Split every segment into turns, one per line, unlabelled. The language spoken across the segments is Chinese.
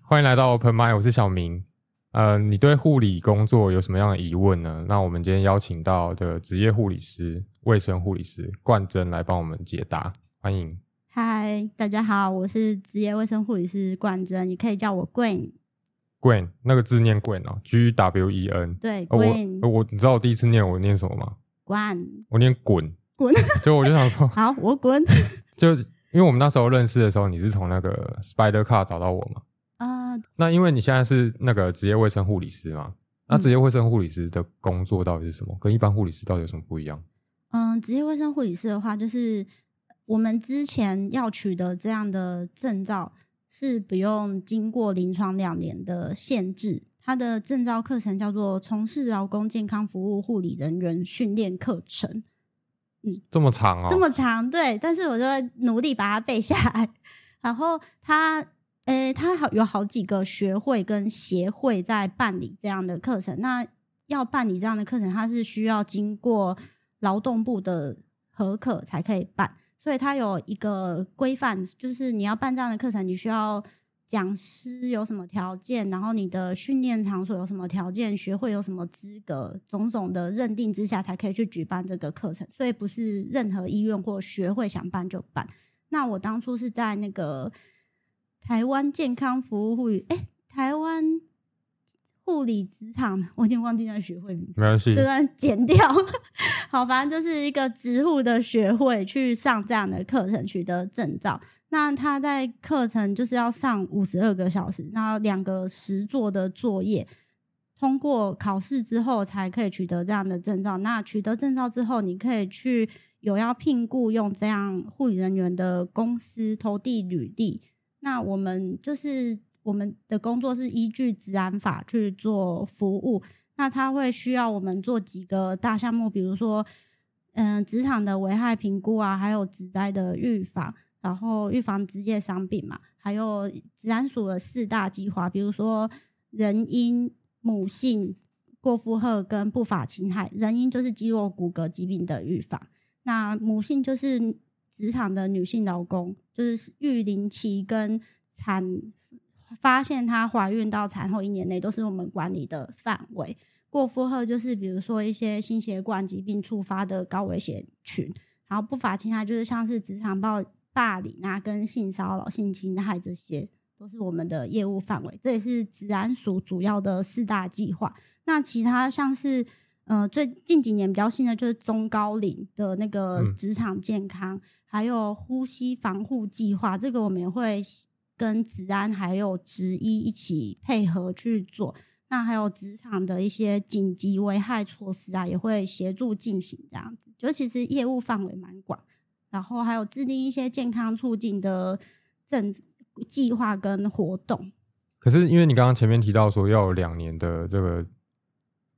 欢迎来到 Open Mind，我是小明。呃，你对护理工作有什么样的疑问呢？那我们今天邀请到的职业护理师、卫生护理师冠真来帮我们解答，欢迎。
嗨，大家好，我是职业卫生护理师冠真，你可以叫我 Gwen。
Gwen，那个字念 Gwen 哦，G W E N。
对
呃
，Gwen，、
我我你知道我第一次念我念什么吗？
滚
我念滚，
滚，
就我就想说，
好，我滚。
就因为我们那时候认识的时候，你是从那个 Spider Car 找到我嘛？
啊、
那因为你现在是那个职业卫生护理师嘛，那
嗯
职业卫生护理师的工作到底是什么？跟一般护理师到底有什么不一样？
嗯，职业卫生护理师的话，就是我们之前要取得这样的证照，是不用经过临床两年的限制。它的证照课程叫做从事劳工健康服务护理人员训练课程，
这么长哦，
这么长，对，但是我就会努力把它背下来。然后它，呃，它好有好几个学会跟协会在办理这样的课程。那要办理这样的课程，它是需要经过劳动部的核可才可以办，所以它有一个规范，就是你要办这样的课程，你需要。讲师有什么条件，然后你的训练场所有什么条件，学会有什么资格，种种的认定之下才可以去举办这个课程，所以不是任何医院或学会想办就办。那我当初是在那个台湾健康服务护理，哎、台湾护理职场，我已经忘记那个学会名字，
没关系
这。段剪掉。好，反正就是一个职护的学会去上这样的课程，取得证照。那他在课程就是要上五十二个小时，然后两个实作的作业，通过考试之后才可以取得这样的证照。那取得证照之后，你可以去有要聘雇用这样护理人员的公司投递履历。那我们就是我们的工作是依据治安法去做服务，那它会需要我们做几个大项目，比如说，嗯、职场的危害评估啊，还有职灾的预防，然后预防职业伤病嘛，还有治安署的四大计划，比如说人因、母性、过负荷跟不法侵害。人因就是肌肉骨骼疾病的预防，那母性就是职场的女性劳工，就是育龄期跟产发现她怀孕到产后一年内都是我们管理的范围。过负荷就是比如说一些心血管疾病触发的高危险群，然后不法侵害就是像是职场暴霸凌啊、跟性骚扰、性侵害这些，都是我们的业务范围。这也是治安署主要的四大计划。那其他像是呃最近几年比较新的就是中高龄的那个
嗯
职场健康，还有呼吸防护计划，这个我们也会跟治安还有职医一起配合去做。那还有职场的一些紧急危害措施啊，也会协助进行这样子。就其实业务范围蛮广，然后还有制定一些健康促进的政计划跟活动。
可是因为你刚刚前面提到说要有两年的这个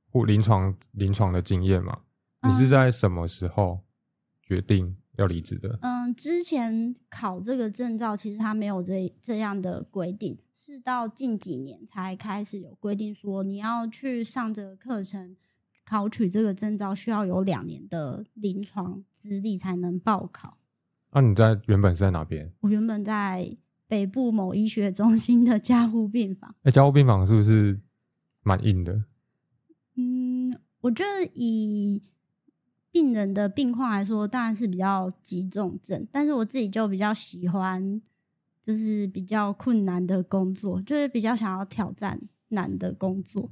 护临床临床的经验嘛，你是
嗯
在什么时候决定要离职的？
嗯，之前考这个证照，其实它没有这这样的规定，是到近几年才开始有规定说你要去上这个课程，考取这个证照需要有两年的临床资历才能报考。
那、你在原本是在哪边？
我原本在北部某医学中心的加护病房，
哎、加护病房是不是蛮硬的？
嗯，我觉得以病人的病况来说，当然是比较急重症，但是我自己就比较喜欢，就是比较困难的工作，就是比较想要挑战难的工作。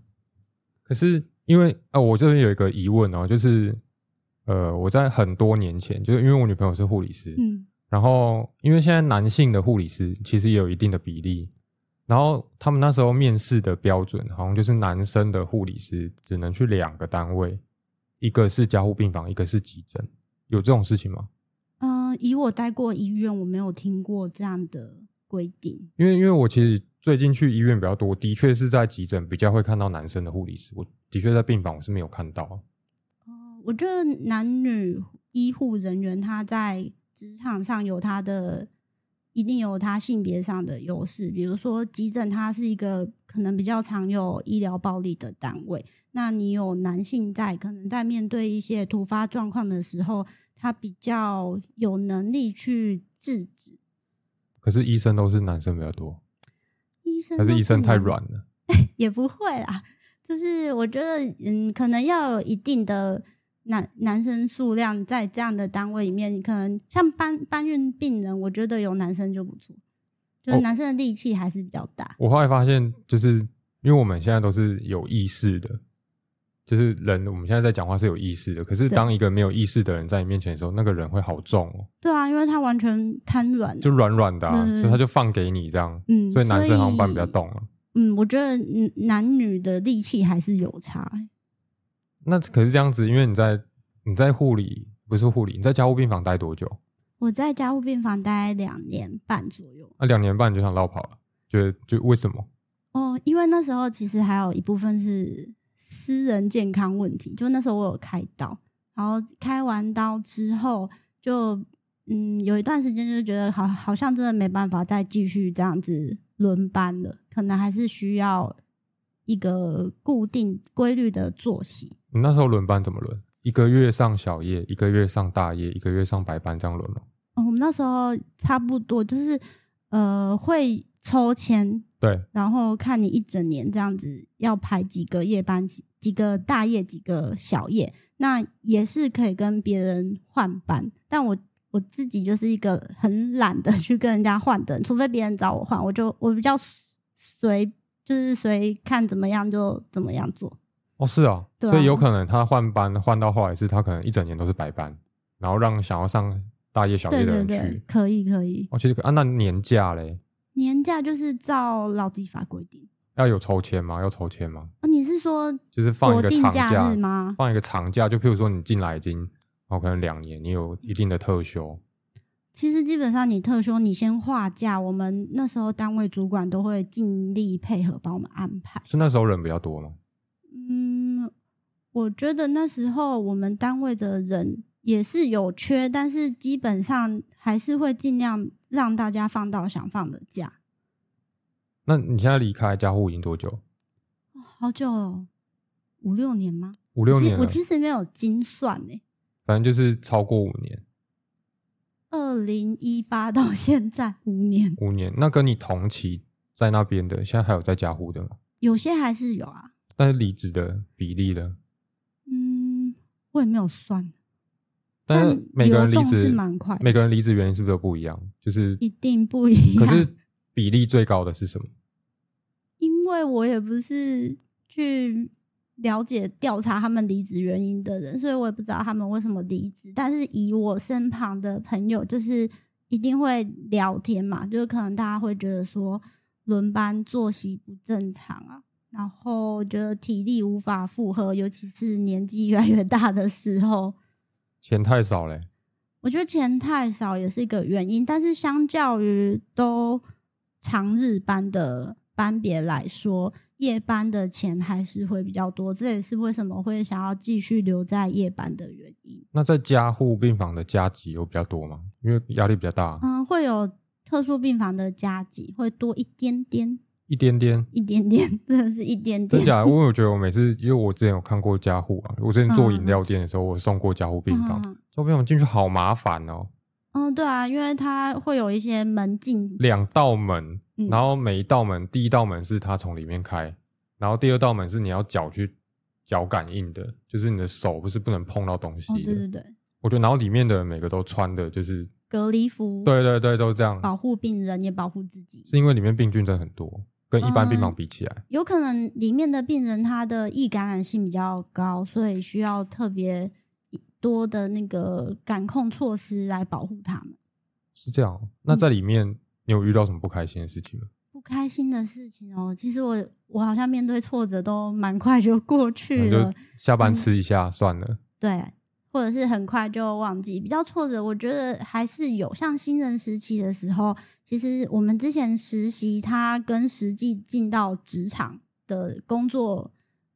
可是因为啊、呃我这边有一个疑问哦，就是呃，我在很多年前，就是因为我女朋友是护理师，
嗯
然后因为现在男性的护理师其实也有一定的比例，然后他们那时候面试的标准好像就是男生的护理师只能去两个单位，一个是加护病房，一个是急诊，有这种事情吗？
嗯、呃以我待过医院，我没有听过这样的规定。
因为因为我其实最近去医院比较多，的确是在急诊比较会看到男生的护理师，我的确在病房我是没有看到。
哦，我觉得男女医护人员他在职场上有他的，一定有他性别上的优势。比如说急诊，它是一个可能比较常有医疗暴力的单位，那你有男性在，可能在面对一些突发状况的时候，他比较有能力去制止。
可是医生都是男生比较多，
医医生
嗯还是
都
医生太
能
软了？
也不会啦，就是我觉得，嗯，可能要有一定的男男生数量在这样的单位里面，你可能像搬搬运病人，我觉得有男生就不错，就是
哦
男生的力气还是比较大。
我后来发现，就是因为我们现在都是有意识的，就是人我们现在在讲话是有意识的，可是
对
当一个没有意识的人在你面前的时候，那个人会好重哦，
对啊，因为他完全瘫软，
就软软的、啊，
嗯
所以他就放给你这样。
嗯
所以男生好像
所以
搬比较动了。
嗯，我觉得嗯男女的力气还是有差欸、
那可是这样子，因为你在你在护理不是护理，你在加护病房待多久？
我在加护病房待两年半左右，
那、两年半你就想绕跑了，觉得就为什么？
哦，因为那时候其实还有一部分是私人健康问题，就那时候我有开刀，然后开完刀之后就嗯有一段时间就觉得好好像真的没办法再继续这样子轮班了，可能还是需要一个固定规律的作息。
你那时候轮班怎么轮？一个月上小夜，一个月上大夜，一个月上白班，这样轮吗？
哦我们那时候差不多就是呃会抽签，
对，
然后看你一整年这样子要排几个夜班，几几个大夜，几个小夜，那也是可以跟别人换班。但我我自己就是一个很懒得去跟人家换的人，除非别人找我换，我就我比较随，就是随看怎么样就怎么样做。
哦，是啊，
对啊
所以有可能他换班换到后来是他可能一整年都是白班，然后让想要上大夜小夜
对
的
对
人去。
对，可以可以。
哦，其实可啊，那年假嘞
年假就是照劳基法规定。
要有抽签吗？要抽签吗？
哦，你是说
就是放一个
国定
长
假
假
日吗
放一个长假，就譬如说你进来已经哦，可能两年，你有一定的特休，
其实基本上你特休你先划假，我们那时候单位主管都会尽力配合帮我们安排。
是那时候人比较多吗？
嗯，我觉得那时候我们单位的人也是有缺，但是基本上还是会尽量让大家放到想放的假。
那你现在离开家户已经多久？
哦好久哦，五六年吗？
五六
其
年
实
了
我，其实没有精算呢、
反正就是超过五年，
二零一八到现在五年，
五年。那跟你同期在那边的，现在还有在家户的吗？
有些还是有啊。
但是离职的比例呢？
嗯，我也没有算，
但是
但
每个人
流
离
动是
职
蛮快的
每个人离职原因是不是都不一样？就是
一定啊不一
可
样。
是比例最高的是什么？
因为我也不是去了解调查他们离职原因的人，所以我也不知道他们为什么离职。但是以我身旁的朋友，就是一定会聊天嘛，就是可能大家会觉得说轮班作息不正常啊，然后觉得体力无法负荷，尤其是年纪越来越大的时候。
钱太少嘞、
我觉得钱太少也是一个原因，但是相较于都长日班的班别来说，夜班的钱还是会比较多，这也是为什么会想要继续留在夜班的原因。
那在加护病房的加急有比较多吗？因为压力比较大，
嗯，会有特殊病房的加急，会多一点点，
一点点。
一点点，真的是一点
真
点。
假的？因为我觉得我每次，因为我之前有看过加护啊，我之前做饮料店的时候，我送过加护病房，
嗯
加护病房进去好麻烦哦，
嗯，对啊，因为它会有一些门禁，
两道门，
嗯
然后每一道门，第一道门是它从里面开，然后第二道门是你要脚去脚感应的，就是你的手不是不能碰到东西
哦，
的。
对对对，
我觉得，然后里面的人每个都穿的就是，
隔离服，
对对对，都这样，
保护病人也保护自己，
是因为里面病菌真的很多，跟一般病房
嗯
比起来，
有可能里面的病人他的易感染性比较高，所以需要特别多的那个感控措施来保护他们。
是这样哦。那在里面，你有遇到什么不开心的事情吗？
不开心的事情哦，其实我我好像面对挫折都蛮快就过去
你啊就
了，
下班吃一下算了。
对，或者是很快就忘记。比较挫折，我觉得还是有，像新人时期的时候，其实我们之前实习，它跟实际进到职场的工作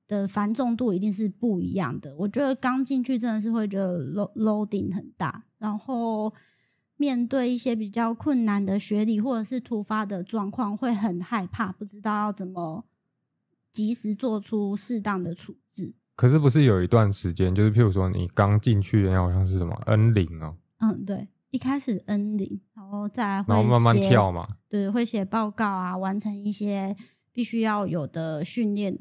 的繁重度一定是不一样的。我觉得刚进去真的是会觉得 lo- loading 很大，然后。面对一些比较困难的学理或者是突发的状况，会很害怕，不知道要怎么及时做出适当的处置。
可是不是有一段时间，就是譬如说你刚进去，好像是什么 N 零哦，
嗯，对，一开始 N 零，然后再会
然后慢慢
写
跳嘛。
对，会写报告啊，完成一些必须要有的训练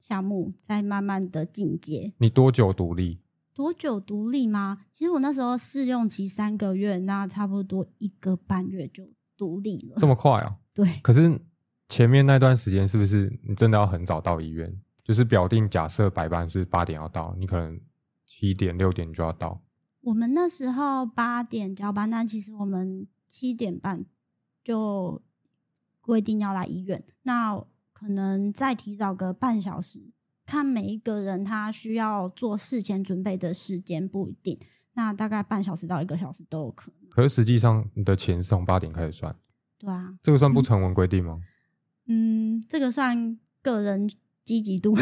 项目，再慢慢的进阶。
你多久独立？
多久独立吗？其实我那时候试用期三个月，那差不多一个半月就独立了。
这么快哦？
对，
可是前面那段时间是不是你真的要很早到医院？就是表定假设白班是八点要到，你可能七点六点就要到，
我们那时候八点交班，但其实我们七点半就规定要来医院。那可能再提早个半小时，看每一个人他需要做事前准备的时间不一定，那大概半小时到一个小时都有可能。
可是实际上你的钱是从八点开始算，
对啊，
这个算不成文规定吗？
嗯，这个算个人积极度。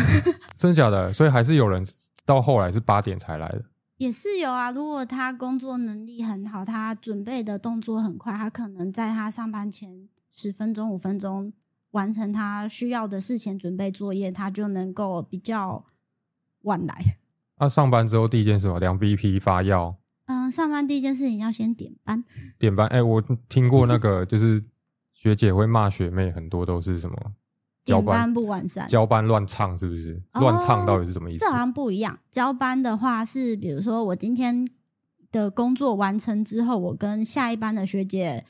真的假的？所以还是有人到后来是八点才来的。
也是有啊，如果他工作能力很好，他准备的动作很快，他可能在他上班前十分钟、五分钟完成他需要的事前准备作业，他就能够比较晚来。
那、上班之后第一件事什么？量 BP 发药
嗯，上班第一件事情要先点班，
点班。哎、我听过那个就是学姐会骂学妹，很多都是什么交
点
班
班不完善，
交班乱唱，是不是？
哦
乱唱到底是什么意思
这？好像不一样。交班的话是，比如说我今天的工作完成之后，我跟下一班的学姐，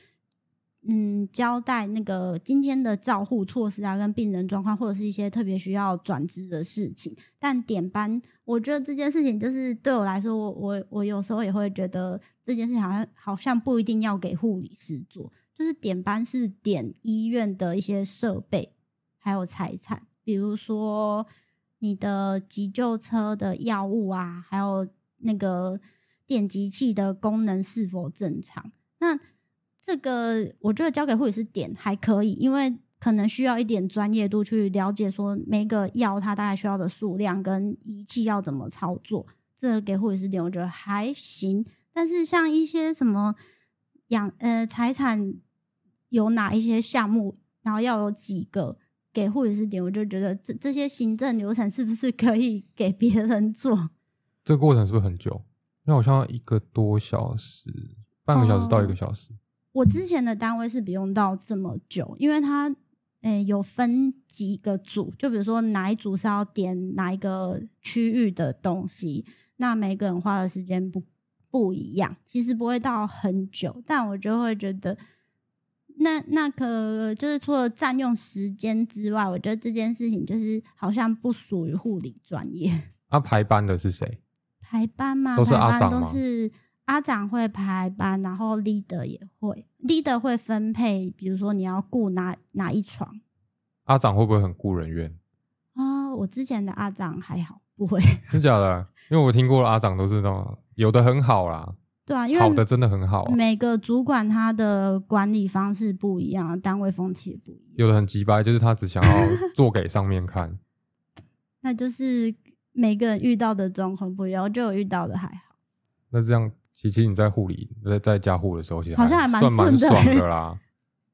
嗯，交代那个今天的照护措施啊，跟病人状况，或者是一些特别需要转职的事情。但点班，我觉得这件事情就是对我来说，我我我有时候也会觉得这件事情好像好像不一定要给护理师做，就是点班是点医院的一些设备还有财产，比如说你的急救车的药物啊，还有那个电击器的功能是否正常。那这个我觉得交给护理师点还可以，因为可能需要一点专业度去了解说每个药它大概需要的数量跟仪器要怎么操作，这个给护理师点我觉得还行。但是像一些什么养呃财产有哪一些项目，然后要有几个给护理师点，我就觉得这这些行政流程是不是可以给别人做？
这个过程是不是很久？那好像一个多小时，半个小时到一
哦
个小时。
我之前的单位是不用到这么久，因为它诶、有分几个组，就比如说哪一组是要点哪一个区域的东西，那每个人花的时间不不一样，其实不会到很久，但我就会觉得。那那可就是除了占用时间之外，我觉得这件事情就是好像不属于护理专业。
那、啊排班的是谁？
排班吗？
都是阿
排班
长吗
都是阿长会排班，然后 leader 也会，leader 会分配，比如说你要顾哪哪一床
阿啊长会不会很顾人怨？
啊、我之前的阿长还好，不会，
真假的？因为我听过的阿长都是那种有的很好啦，
对啊，因
好的
为
真的很好、啊，
每个主管他的管理方式不一样，单位风气也不一样，
有的很鸡掰，就是他只想要做给上面看。
那就是每个人遇到的状况不一样，我就有遇到的还好。
那这样，其实你在护理在在家护的时候，其实
好像还蛮
算蛮
顺的
爽的啦。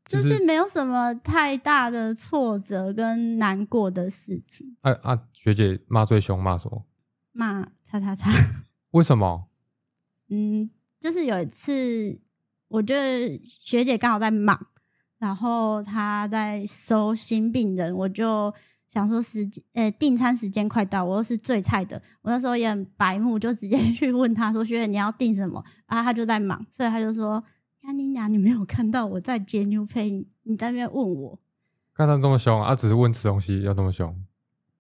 就是没有什么太大的挫折跟难过的事情，
啊啊，学姐骂最凶骂什么？
骂叉叉叉。
为什么？
嗯，就是有一次，我觉得学姐刚好在忙，然后她在收新病人，我就想说时间，呃，订餐时间快到，我又是最菜的，我那时候也很白目，就直接 去问她说：“学姐你要订什么？”啊，她就在忙，所以她就说：“安妮娜，你没有看到我在接 New Pay，你你在那边问我。”
看他这么凶啊，只是问吃东西要这么凶，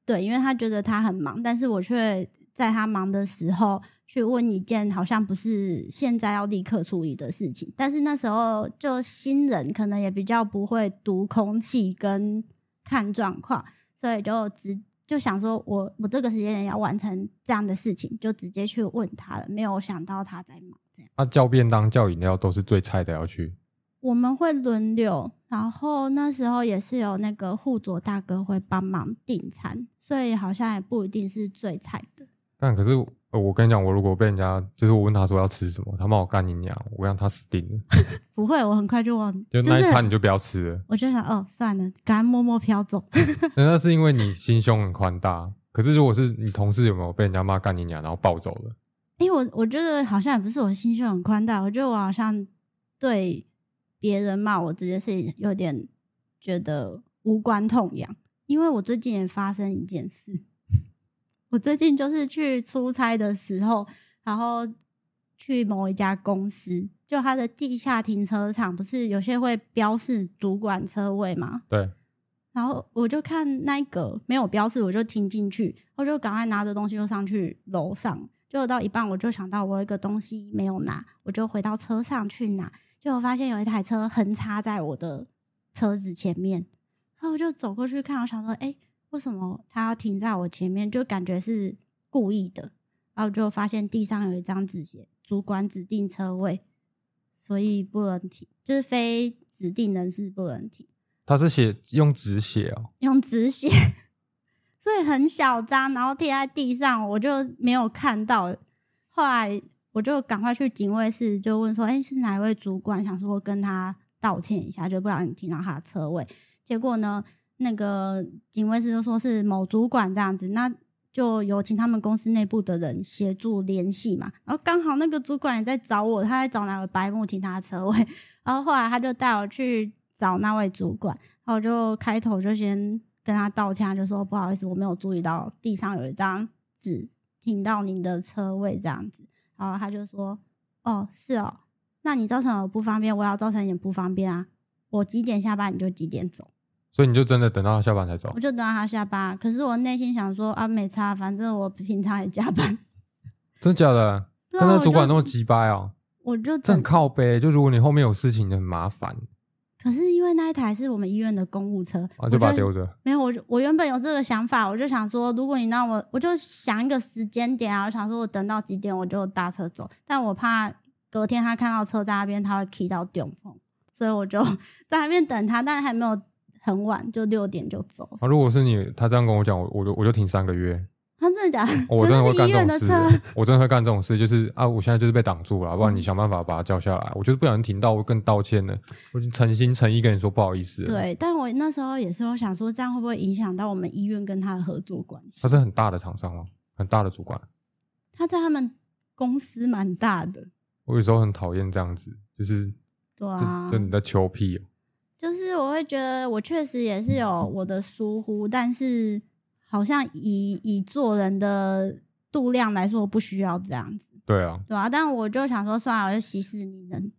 对，因为他觉得他很忙，但是我却在他忙的时候去问一件好像不是现在要立刻处理的事情。但是那时候就新人可能也比较不会读空气跟看状况，所以就直就想说我我这个时间点要完成这样的事情，就直接去问他了。没有想到他在忙，这样
啊，叫便当叫饮料都是最菜的要去。
我们会轮流，然后那时候也是有那个护佐大哥会帮忙订餐，所以好像也不一定是最菜的。
但可是、呃我跟你讲，我如果被人家就是我问他说要吃什么，他骂我干你娘，我跟你讲他死定了，
不会，我很快就忘，
就那一
是
餐你就不要吃了。
我就想，哦，算了，赶快默默飘走。
那那是因为你心胸很宽大。可是如果是你同事有没有被人家骂干你娘，然后暴走了？
因为我我觉得好像也不是我心胸很宽大，我觉得我好像对别人骂我这件事情，有点觉得无关痛痒，因为我最近也发生一件事。 我最近就是去出差的时候，然后去某一家公司，就它的地下停车场不是有些会标示主管车位吗？
对，
然后我就看那一格没有标示，我就停进去，我就赶快拿着东西就上去楼上。结果到一半，我就想到我有一个东西没有拿，我就回到车上去拿。结果发现有一台车横插在我的车子前面，然后我就走过去看，我想说，哎、为什么他要停在我前面？就感觉是故意的。然后就发现地上有一张纸写“主管指定车位”，所以不能停，就是非指定人士不能停。
他是写用纸写哦，
用纸写， 所以很小张，然后贴在地上，我就没有看到。后来我就赶快去警卫室，就问说：“哎、是哪一位主管？”想说跟他道歉一下，就不小心停到他的车位。结果呢，那个警卫室就说是某主管这样子，那就有请他们公司内部的人协助联系嘛。然后刚好那个主管也在找我，他在找哪个白目停他的车位，然后后来他就带我去找那位主管，然后我就开头就先跟他道歉，就说不好意思，我没有注意到地上有一张纸停到您的车位这样子，然后他就说哦是哦，那你造成我不方便，我也要造成一点不方便啊，我几点下班你就几点走。
所以你就真的等到他下班才走
我。就等到他下班。啊可是我内心想说啊，没差，反正我平常也加班。
真假的？
对
但
啊，
那
我
主管那
就
么鸡掰哦，
我就
这
整
很。靠背。就如果你后面有事情，很麻烦，
可是因为那一台是我们医院的公务车，
啊，就把
我
它丢着。
没有，我就我原本有这个想法，我就想说，如果你让我，我就想一个时间点啊，我想说我等到几点我就搭车走，但我怕隔天他看到车在那边，他会踢到电风，所以我就 在那边等他，但还没有很晚，就六点就走了。
啊，如果是你，他这样跟我讲，我我就我就停三个月。
他、啊真的假的？
我真的
可
会
是是
干
医
这
院
种
的
事
车，，
我真的会干这种事，就是啊，我现在就是被挡住了，不然你
嗯
想办法把他叫下来。我就是不小心停到，我更道歉了，我已经诚心诚意跟你说不好意思了。，
对，但我那时候也是，我想说这样会不会影响到我们医院跟他的合作关系
他？是很大的厂商吗？很大的主管，
他在他们公司蛮大的，
我有时候很讨厌这样子，就是
对
这
啊，
这你在求屁、哦。
就是我会觉得我确实也是有我的疏忽，但是好像以以做人的度量来说，我不需要这样子，
对啊，
对啊，但我就想说，算了，我就息事宁人，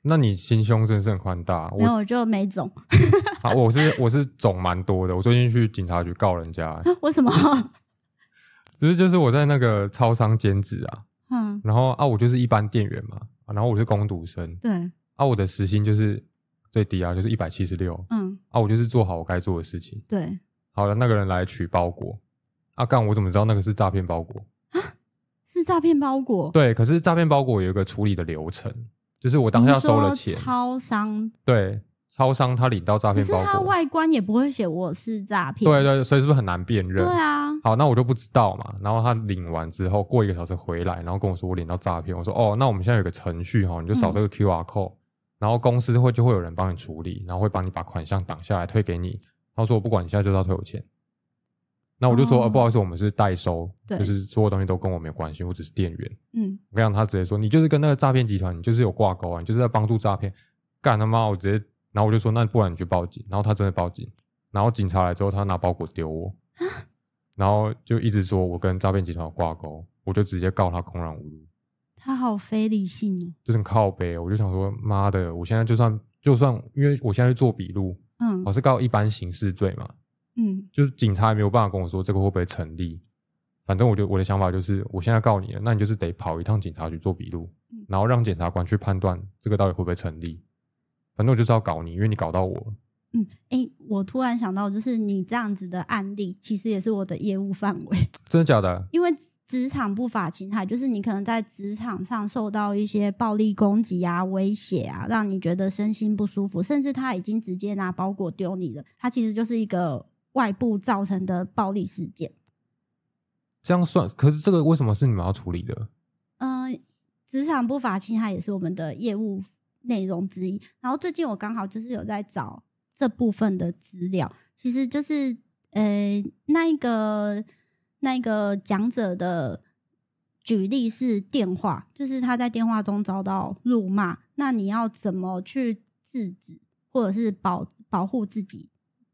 那你心胸真的是很宽大。
没有
我
我就没种。
啊，我是我是种蛮多的。我最近去警察局告人家、
为什么？
只是就是我在那个超商兼职啊，
嗯，
然后啊，我就是一般店员嘛，啊然后我是工读生
对，
啊，我的时薪就是最低啊，就是一百七十六
嗯，
啊，我就是做好我该做的事情。
对，
好了，那个人来取包裹，啊干，我怎么知道那个是诈骗包裹？
是诈骗包裹。
对，可是诈骗包裹有一个处理的流程，就是我当下收了
你
钱
说，超商
对，超商他领到诈
可
骗
是
包
他
裹，
外观也不会写我是诈骗。
对对，所以是不是很难辨认？
对啊，
好，那我就不知道嘛。然后他领完之后，过一个小时回来，然后跟我说我领到诈骗。我说哦，那我们现在有个程序哈、哦，你就
嗯
扫这个 QR code，、然后公司会就会有人帮你处理，然后会帮你把款项挡下来退给你。他说我不管，你现在就是要退我钱。那我就说、
哦
呃不好意思，我们是代收，
对
就是所有东西都跟我没有关系，我只是店员。
嗯，
我跟你讲，他直接说你就是跟那个诈骗集团，你就是有挂钩啊，你就是在帮助诈骗。干他妈！我直接，然后我就说那不然你去报警。然后他真的报警，然后警察来之后，他拿包裹丢我，然后就一直说我跟诈骗集团有挂钩，我就直接告他公然侮辱，
他好非理性
就是很靠背。哦我就想说妈的，我现在就算就算，因为我现在去做笔录，
哦。嗯
我是告一般刑事罪嘛，
嗯，
就是警察也没有办法跟我说这个会不会成立。反正我就我的想法就是，我现在告你了，那你就是得跑一趟警察局做笔录
嗯，
然后让检察官去判断这个到底会不会成立。反正我就是要搞你，因为你搞到我了。
嗯，哎、我突然想到，就是你这样子的案例，其实也是我的业务范围，
真的假的？
因为职场不法侵害，就是你可能在职场上受到一些暴力攻击啊、威胁啊，让你觉得身心不舒服，甚至他已经直接拿包裹丢你了，他其实就是一个外部造成的暴力事件。
这样算？可是这个为什么是你们要处理的？
嗯，职场不法侵害也是我们的业务内容之一。然后最近我刚好就是有在找这部分的资料，其实就是呃，那一个那一个讲者的举例是电话，就是他在电话中遭到辱骂，那你要怎么去？制止或者是保保护自己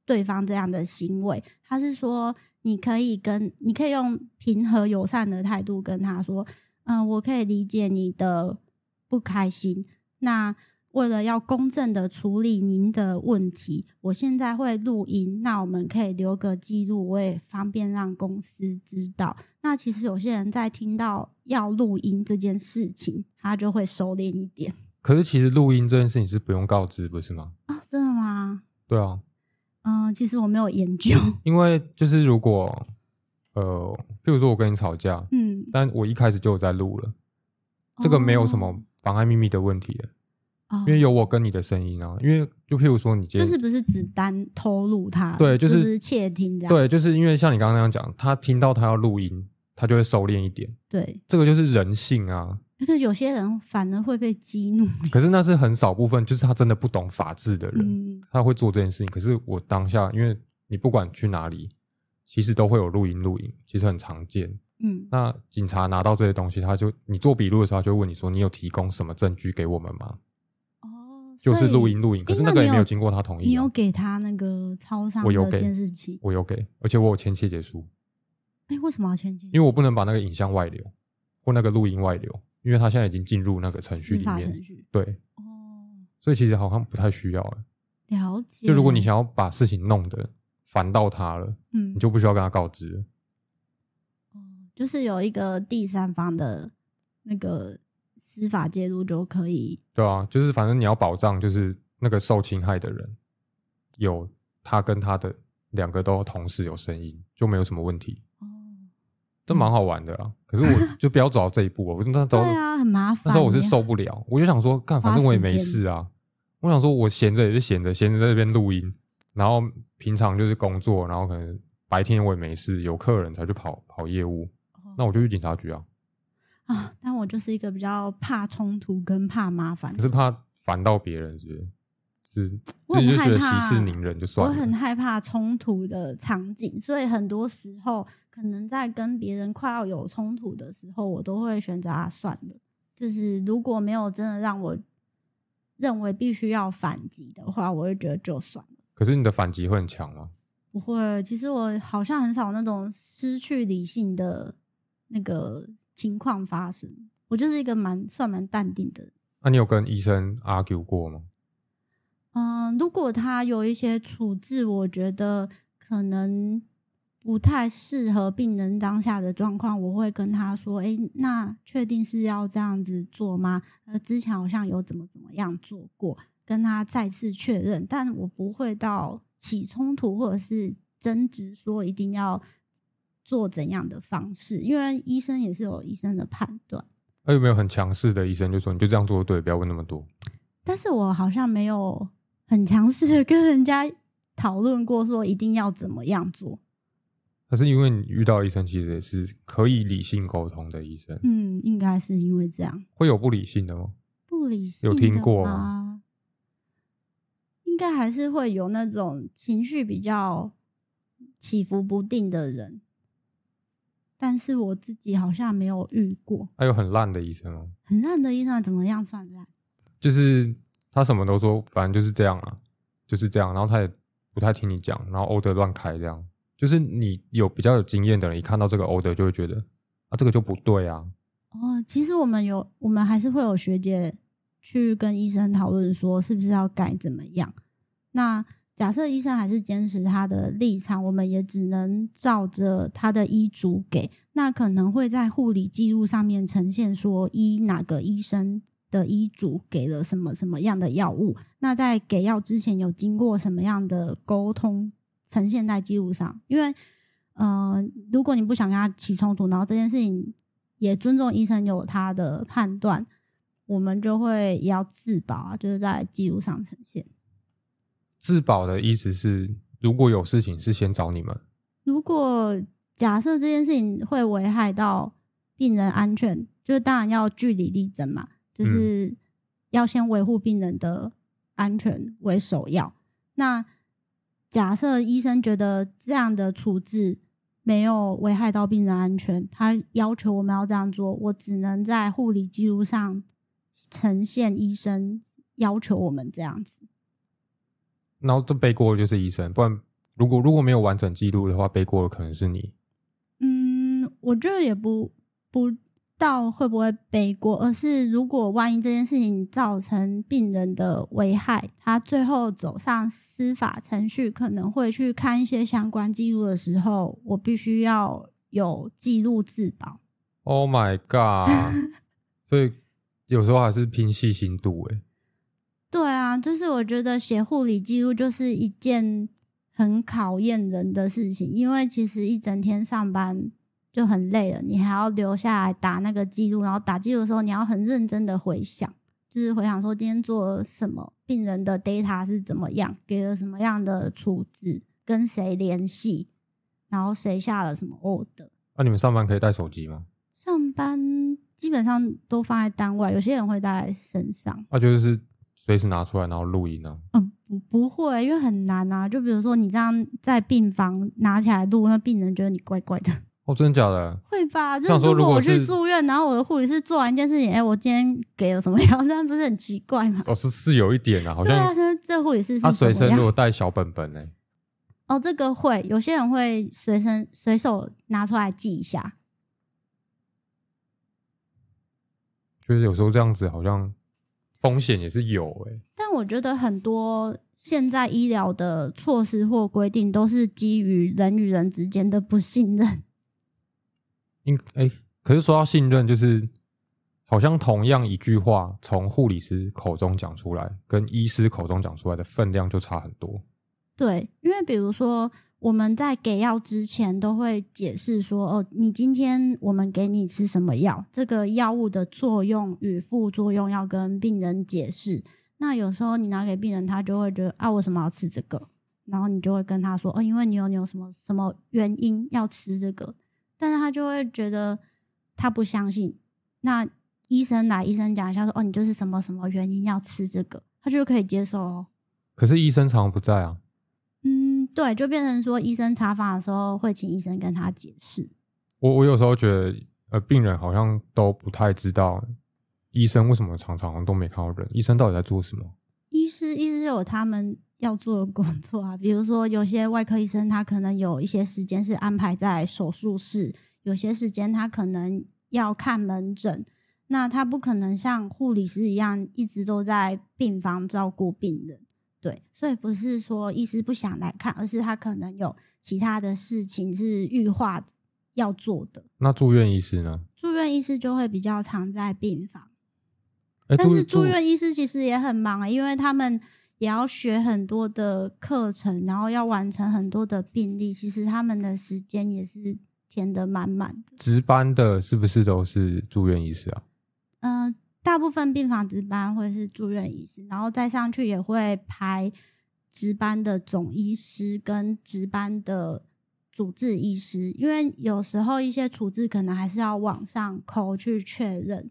对方这样的行为，他是说你可以跟你可以用平和友善的态度跟他说，嗯、我可以理解你的不开心，那。为了要公正的处理您的问题，我现在会录音，那我们可以留个记录，我也方便让公司知道。那其实有些人在听到要录音这件事情，他就会收敛一点
可是其实录音这件事情是不用告知，不是吗？
啊、真的吗？
对啊，
嗯、其实我没有研究，
因为就是如果呃，譬如说我跟你吵架，
嗯，
但我一开始就有在录了，这个没有什么妨碍秘密的问题了，
哦，
因为有我跟你的声音啊。因为就譬如说你今
就
天
是不是只单偷录他，
对就是
是窃听这样，
对，就是因为像你刚刚那样讲，他听到他要录音，他就会收敛一点，
对。
这个就是人性啊。
可是有些人反而会被激怒，
可是那是很少部分，就是他真的不懂法治的人，
嗯，
他会做这件事情。可是我当下，因为你不管去哪里，其实都会有录音，录音其实很常见。
嗯，
那警察拿到这些东西，他就你做笔录的时候，他就会问你说：“你有提供什么证据给我们吗
哦，？”
就是录
所以
音录影，可是
诶
那
那
个
你
也没
有
有经过他同
你
意、啊
有。给他那个超商
我有
的
给
监视器？
我有给，而且我有签切结书，
哎、为什么要签进？
因为
为
我不能把那个影像外流或那个录音外流，因为他现在已经进入那个程序
司
里
法
面
程。序。
对，
哦，
所以其实好像不太需要、欸。
了解。
就如果你，想要把事情弄得烦到他了，
嗯，哦
你就不需要跟他告知了。
就是有一个第三方的那个司法介入就可以。
对啊，就是反正你要保障，就是那个受侵害的人有他跟他的两个都同时有声音，就没有什么问题。
哦，
这蛮好玩的啊！可是 我就不要走到这一步啊！我那时
对
候、
啊，很麻烦耶。
那时候我是受不了，我就想说，干，反正我也没
花时间
事啊。我想说，我闲着也是闲着，闲着在这边录音，然后平常就是工作，然后可能白天我也没事，有客人才去跑跑业务，
哦
那我就去警察局啊。
啊， 但我就是一个比较怕冲突跟怕麻烦
可，是怕烦到别人，是不是？是，所
我很
以就
害
觉得息
怕
事宁人就
我
算
很
了。
害怕冲突的场景，所以很多时候可能在跟别人快要有冲突的时候，我都会选择啊算了。就是如果没有真的让我认为必须要反击的话，我会觉得就算了。
可是你的反击会很强吗？
不会，其实我好像很少那种失去理性的那个情况发生。我就是一个蛮算蛮淡定的人
那、你有跟医生 argue 过吗？
嗯，如果他有一些处置，我觉得可能不太适合病人当下的状况，我会跟他说：“诶，那确定是要这样子做吗？呃，之前好像有怎么怎么样做过，跟他再次确认。”但我不会到起冲突或者是争执，说一定要做怎样的方式，因为医生也是有医生的判断。
那、有没有很强势的医生就说你就这样做对，不要问那么多？
但是我好像没有很强势的跟人家讨论过，说一定要怎么样做。
可是因为你遇到的医生其实也是可以理性沟通的医生，
嗯，应该是因为这样
会有不理性的吗？
不理性
有听
的
过
吗？应该还是会有那种情绪比较起伏不定的人，但是我自己好像没有遇过。
还有很烂的医生哦，
很烂的医生怎么样算烂？
就是他什么都说，反正就是这样啊，就是这样，然后他也不太听你讲，然后 order 乱开这样。就是你有比较有经验的人，一看到这个 order 就会觉得啊，这个就不对啊，
哦，其实我们有，我们还是会有学姐去跟医生讨论说，是不是要改怎么样。那假设医生还是坚持他的立场，我们也只能照着他的医嘱给。那可能会在护理记录上面呈现说，医哪个医生的医嘱给了什么什么样的药物。那在给药之前有经过什么样的沟通，呈现在记录上。因为，呃，如果你不想跟他起冲突，然后这件事情也尊重医生有他的判断，我们就会也要自保啊，就是在记录上呈现。
自保的意思是，如果有事情是先找你们，
如果假设这件事情会危害到病人安全，就是当然要据理力争嘛，就是要先维护病人的安全为首要。那假设医生觉得这样的处置没有危害到病人安全，他要求我们要这样做，我只能在护理记录上呈现医生要求我们这样子。
然后这背锅的就是医生，不然如果如果没有完整记录的话，背锅的可能是你。
嗯，我觉得也不不到会不会背锅，而是如果万一这件事情造成病人的危害，他最后走上司法程序，可能会去看一些相关记录的时候，我必须要有记录自保。
Oh my god！所以有时候还是拼细心度欸诶、
对啊，就是我觉得写护理记录就是一件很考验人的事情，因为其实一整天上班就很累了，你还要留下来打那个记录，然后打记录的时候你要很认真的回想，就是回想说今天做了什么，病人的 data 是怎么样，给了什么样的处置，跟谁联系，然后谁下了什么 order。
那、啊你们上班可以带手机吗？
上班基本上都放在单位，有些人会带在身上。
那、啊就是随时拿出来然后录音啊。
嗯，不不会，因为很难啊。就比如说你这样在病房拿起来录，那病人觉得你怪怪的，
哦，真的假的？
会吧？就
像
是
说
如
如
果
果
我去
是
住院，然后我的护理师做完一件事情，哎、我今天给了什么药，这样不 是很奇怪吗？
哦，是是有一点啊，好
对啊，
像
这这护理师是
他随
怎么
身如
样？
果带小本欸本诶、
哦，这个会，有些人会随身随手拿出来记一下。
觉得有时候这样子好像风险也是有欸诶、
但我觉得很多现在医疗的措施或规定都是基于人与人之间的不信任。
应哎、可是说到信任，就是好像同样一句话从护理师口中讲出来，跟医师口中讲出来的分量就差很多。
对，因为比如说我们在给药之前都会解释说，哦，你今天我们给你吃什么药，这个药物的作用与副作用要跟病人解释。那有时候你拿给病人，他就会觉得啊，为什么要吃这个？然后你就会跟他说，哦，因为你有你有什么什么原因要吃这个，但是他就会觉得他不相信。那医生来，医生讲一下说，哦，你就是什么什么原因要吃这个，他就可以接受哦。
可是医生常常不在啊，
嗯，对，就变成说医生查房的时候会请医生跟他解释。
我我有时候觉得，呃，病人好像都不太知道医生为什么常常好像都没看到人，医生到底在做什么？
医师，医师有他们要做的工作啊，比如说有些外科医生他可能有一些时间是安排在手术室，有些时间他可能要看门诊，那他不可能像护理师一样一直都在病房照顾病人。对，所以不是说医师不想来看，而是他可能有其他的事情是预化要做的。
那住院医师呢？
住院医师就会比较常在病房。
哎、
但是呃住
住
院医师其实也很忙啊、因为他们也要学很多的课程，然后要完成很多的病例，其实他们的时间也是填得满满的。
值班的是不是都是住院医师啊？
嗯、大部分病房值班会是住院医师，然后再上去也会排值班的总医师跟值班的主治医师，因为有时候一些处置可能还是要往上扣去确认。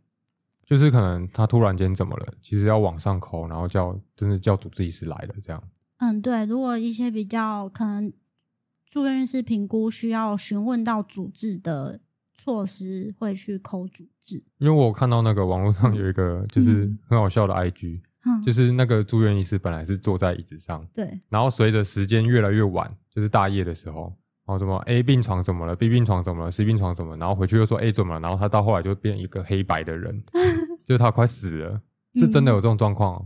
就是可能他突然间怎么了，其实要往上抠，然后叫真的叫主治医师来了这样。
嗯，对，如果一些比较可能住院医师评估需要询问到主治的措施，会去扣主治。
因为我看到那个网络上有一个就是
嗯
很好笑的 IG，、
嗯，
就是那个住院医师本来是坐在椅子上，
对，
然后随着时间越来越晚，就是大夜的时候，然后什么 A 病床怎么了，B 病床怎么了，C 病床怎么了，然后回去又说 A 怎么了，然后他到后来就变一个黑白的 人，就是他快死了，
嗯
是真的有这种状况、哦。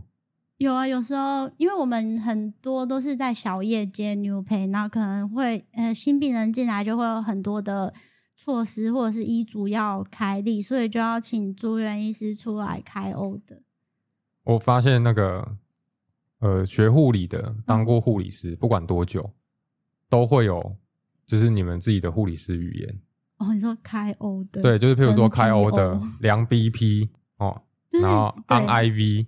有啊，有时候因为我们很多都是在小夜接 new pay，那可能会呃新病人进来就会有很多的措施或者是医嘱要开立，所以就要请住院医师出来开欧的。
我发现那个呃，学护理的
嗯
当过护理师，不管多久，都会有就是你们自己的护理师语言，
哦，你说开欧的，
对，就是譬如说开
跟
O 的
PO
量 BP 哦，
就是
然后 on
嗯对
IV，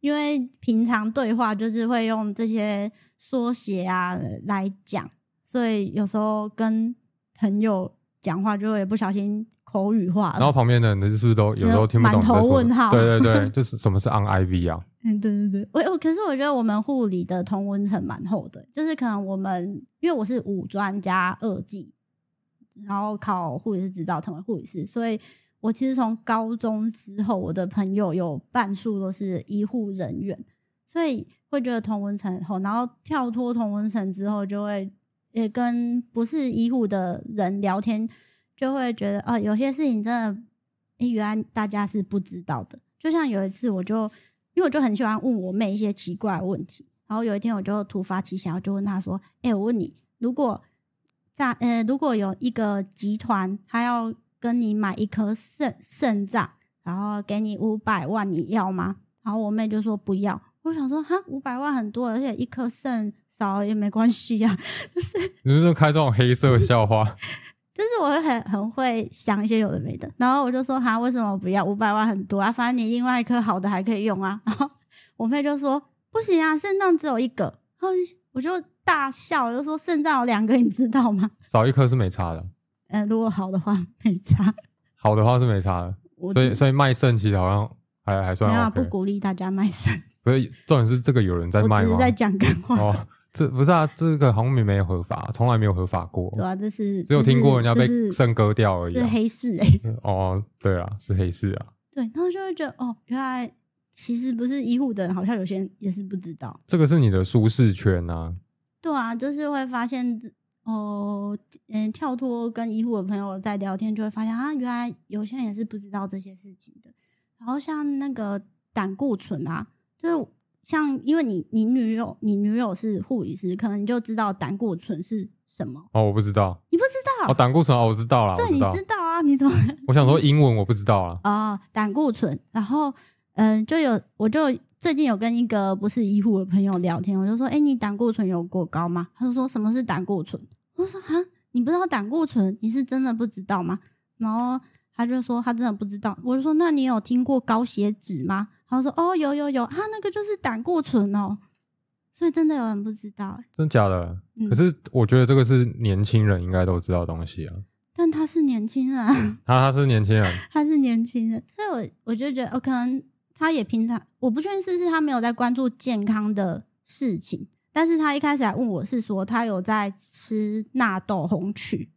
因为平常对话就是会用这些缩写啊来讲，所以有时候跟朋友讲话就会不小心口语化了。
然后旁边的人是不是都有时候听不懂你在
满头
说什
问
么？
号
对对 对，就是什么是 on IV 啊？
嗯，对对对，我我可是我觉得我们护理的同温层蛮厚的，就是可能我们因为我是五专加二技，然后考护理师执照成为护理师，所以我其实从高中之后，我的朋友有半数都是医护人员，所以会觉得同文层后，然后跳脱同文层之后，就会也跟不是医护的人聊天，就会觉得哦，有些事情真的，诶原来大家是不知道的。就像有一次，我就因为我就很喜欢问我妹一些奇怪的问题，然后有一天我就突发奇想，我就问她说：“哎、我问你，如果在呃，如果有一个集团，他要跟你买一颗肾肾脏，然后给你五百万，你要吗？”然后我妹就说不要。我想说，哈，五百万很多，而且一颗肾少了也没关系啊呀、
你是开这种黑色笑话？
就是我会很很会想一些有的没的，然后我就说哈，为什么不要五百万很多啊？反正你另外一颗好的还可以用啊。 然后我妹就说不行啊，肾脏只有一个。然后我就大笑，我就说肾脏有两个，你知道吗？
少一颗是没差的，
嗯、如果好的话没差。
好的话是没差的。
我
所以
就
所以卖肾其实好像还还
没有啊、
算
不
OK。
鼓励大家卖肾，
所以重点是这个有人在
我
卖
只是
吗？
在讲干话。
哦，这不是啊，这个好像没没有合法，从来没有合法过，
对啊，这是
只有听过人家
这
被
是
肾割掉而已
这
啊、
是黑市哎、
哦，对啊，是黑市啊。
对，然后就会觉得哦，原来其实不是医护的人，好像有些人也是不知道。
这个是你的舒适圈啊，
对啊，就是会发现自哦，嗯，跳脱跟医护的朋友在聊天，就会发现啊，原来有些人也是不知道这些事情的。然后像那个胆固醇啊，就是像因为你你女友你女友是护理师，可能你就知道胆固醇是什么，
哦，我不知道，
你不知道？
哦，胆固醇哦，我知道啦，我
对，
知
你
道
知，道啊？你怎么会
我想说英文我不知道啊，
啊，胆固醇。然后，嗯、就有我就最近有跟一个不是医护的朋友聊天，我就说，哎、你胆固醇有过高吗？他就说什么是胆固醇？我说哈，你不知道胆固醇，你是真的不知道吗？然后他就说他真的不知道。我就说那你有听过高血脂吗？他说哦，有有有，啊，那个就是胆固醇哦。所以真的有人不知道、欸，
真假的？
嗯
可是我觉得这个是年轻人应该都知道的东西啊，
但他是年轻人、啊。
他他是年轻 人，
他是年轻人，所以我我就觉得，哦，可能他也平常，我不确定是不是他没有在关注健康的事情，但是他一开始来问我是说他有在吃纳豆红曲，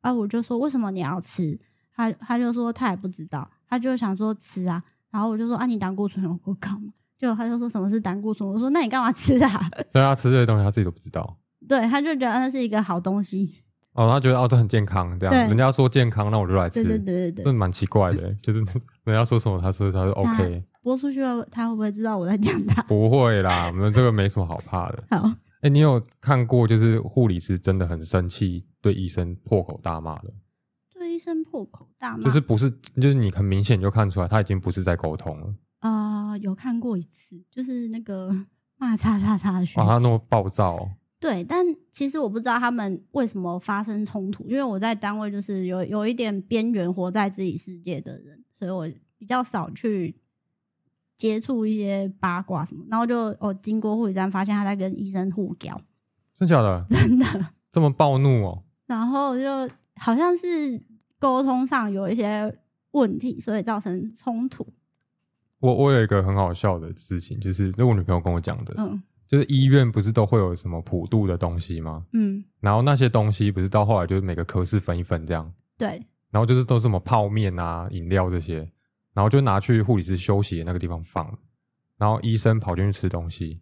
啊，我就说为什么你要吃？他他就说他也不知道，他就想说吃啊，然后我就说啊，你胆固醇有过高吗？就他就说什么是胆固醇，我说那你干嘛吃啊？
所以他吃这些东西他自己都不知道。
对，他就觉得啊那是一个好东西，
哦，他觉得哦，这很健康，这样
对
人家说健康，那我就来
对
吃，
对对对
这
对，
蛮奇怪 的，就是人家说什么，他说他说 OK，
播出去了他会不会知道我在讲他？
不会啦，我们这个没什么好怕的。
好，
哎、你有看过就是护理师真的很生气，对医生破口大骂的，
对医生破口大骂，
就是不是就是你很明显就看出来他已经不是在沟通了，
啊，有看过一次，就是那个 骂叉叉叉的学
哇，哦他那
姐
么暴躁哦、
对，但其实我不知道他们为什么发生冲突，因为我在单位就是有有一点边缘活在自己世界的人，所以我比较少去接触一些八卦什么，然后就哦经过护理站发现他在跟医生互屌，
真假的？
真的，
这么暴怒哦、
然后就好像是沟通上有一些问题，所以造成冲突，
我我有一个很好笑的事情，就是这我女朋友跟我讲的，
嗯
就是医院不是都会有什么普渡的东西吗？
嗯，
然后那些东西不是到后来就是每个科室分一分这样，
对，
然后就是都是什么泡面啊、饮料这些，然后就拿去护理师休息的那个地方放，然后医生跑进去吃东西，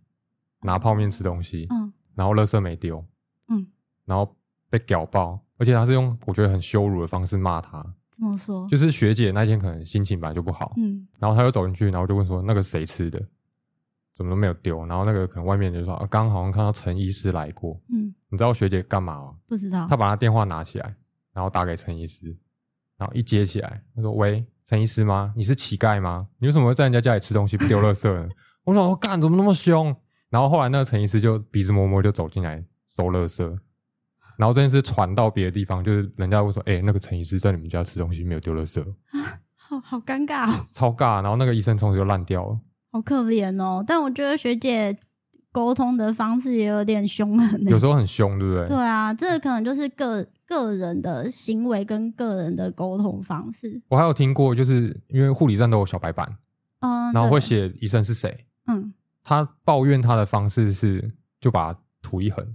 拿泡面吃东西，
嗯
然后垃圾没丢，
嗯，
然后被屌爆，而且他是用我觉得很羞辱的方式骂他，
这么说，
就是学姐那天可能心情本来就不好，
嗯。
然后他就走进去，然后就问说那个谁吃的，怎么都没有丢，然后那个可能外面人就说、啊、刚刚好像看到陈医师来过，
嗯，
你知道学姐干嘛吗？
不知道
他。把他电话拿起来，然后打给陈医师，然后一接起来，他说：“喂，陈医师吗？你是乞丐吗？你为什么会在人家家里吃东西不丢垃圾呢？”我想说，哦干怎么那么凶？然后后来那个陈医师就鼻子摸摸就走进来收垃圾，然后这件事传到别的地方，就是人家会说：“哎、那个陈医师在你们家吃东西没有丢垃圾，
好好尴尬哦，
超尬。”然后那个医生从此就烂掉了，
好可怜哦。但我觉得学姐沟通的方式也有点凶狠欸、
有时候很凶，对不对？
对啊，这个可能就是个个人的行为跟个人的沟通方式。
我还有听过，就是因为护理站都有小白板，
嗯，
然后
对
会写医生是谁，
嗯，
他抱怨他的方式是就把土一横，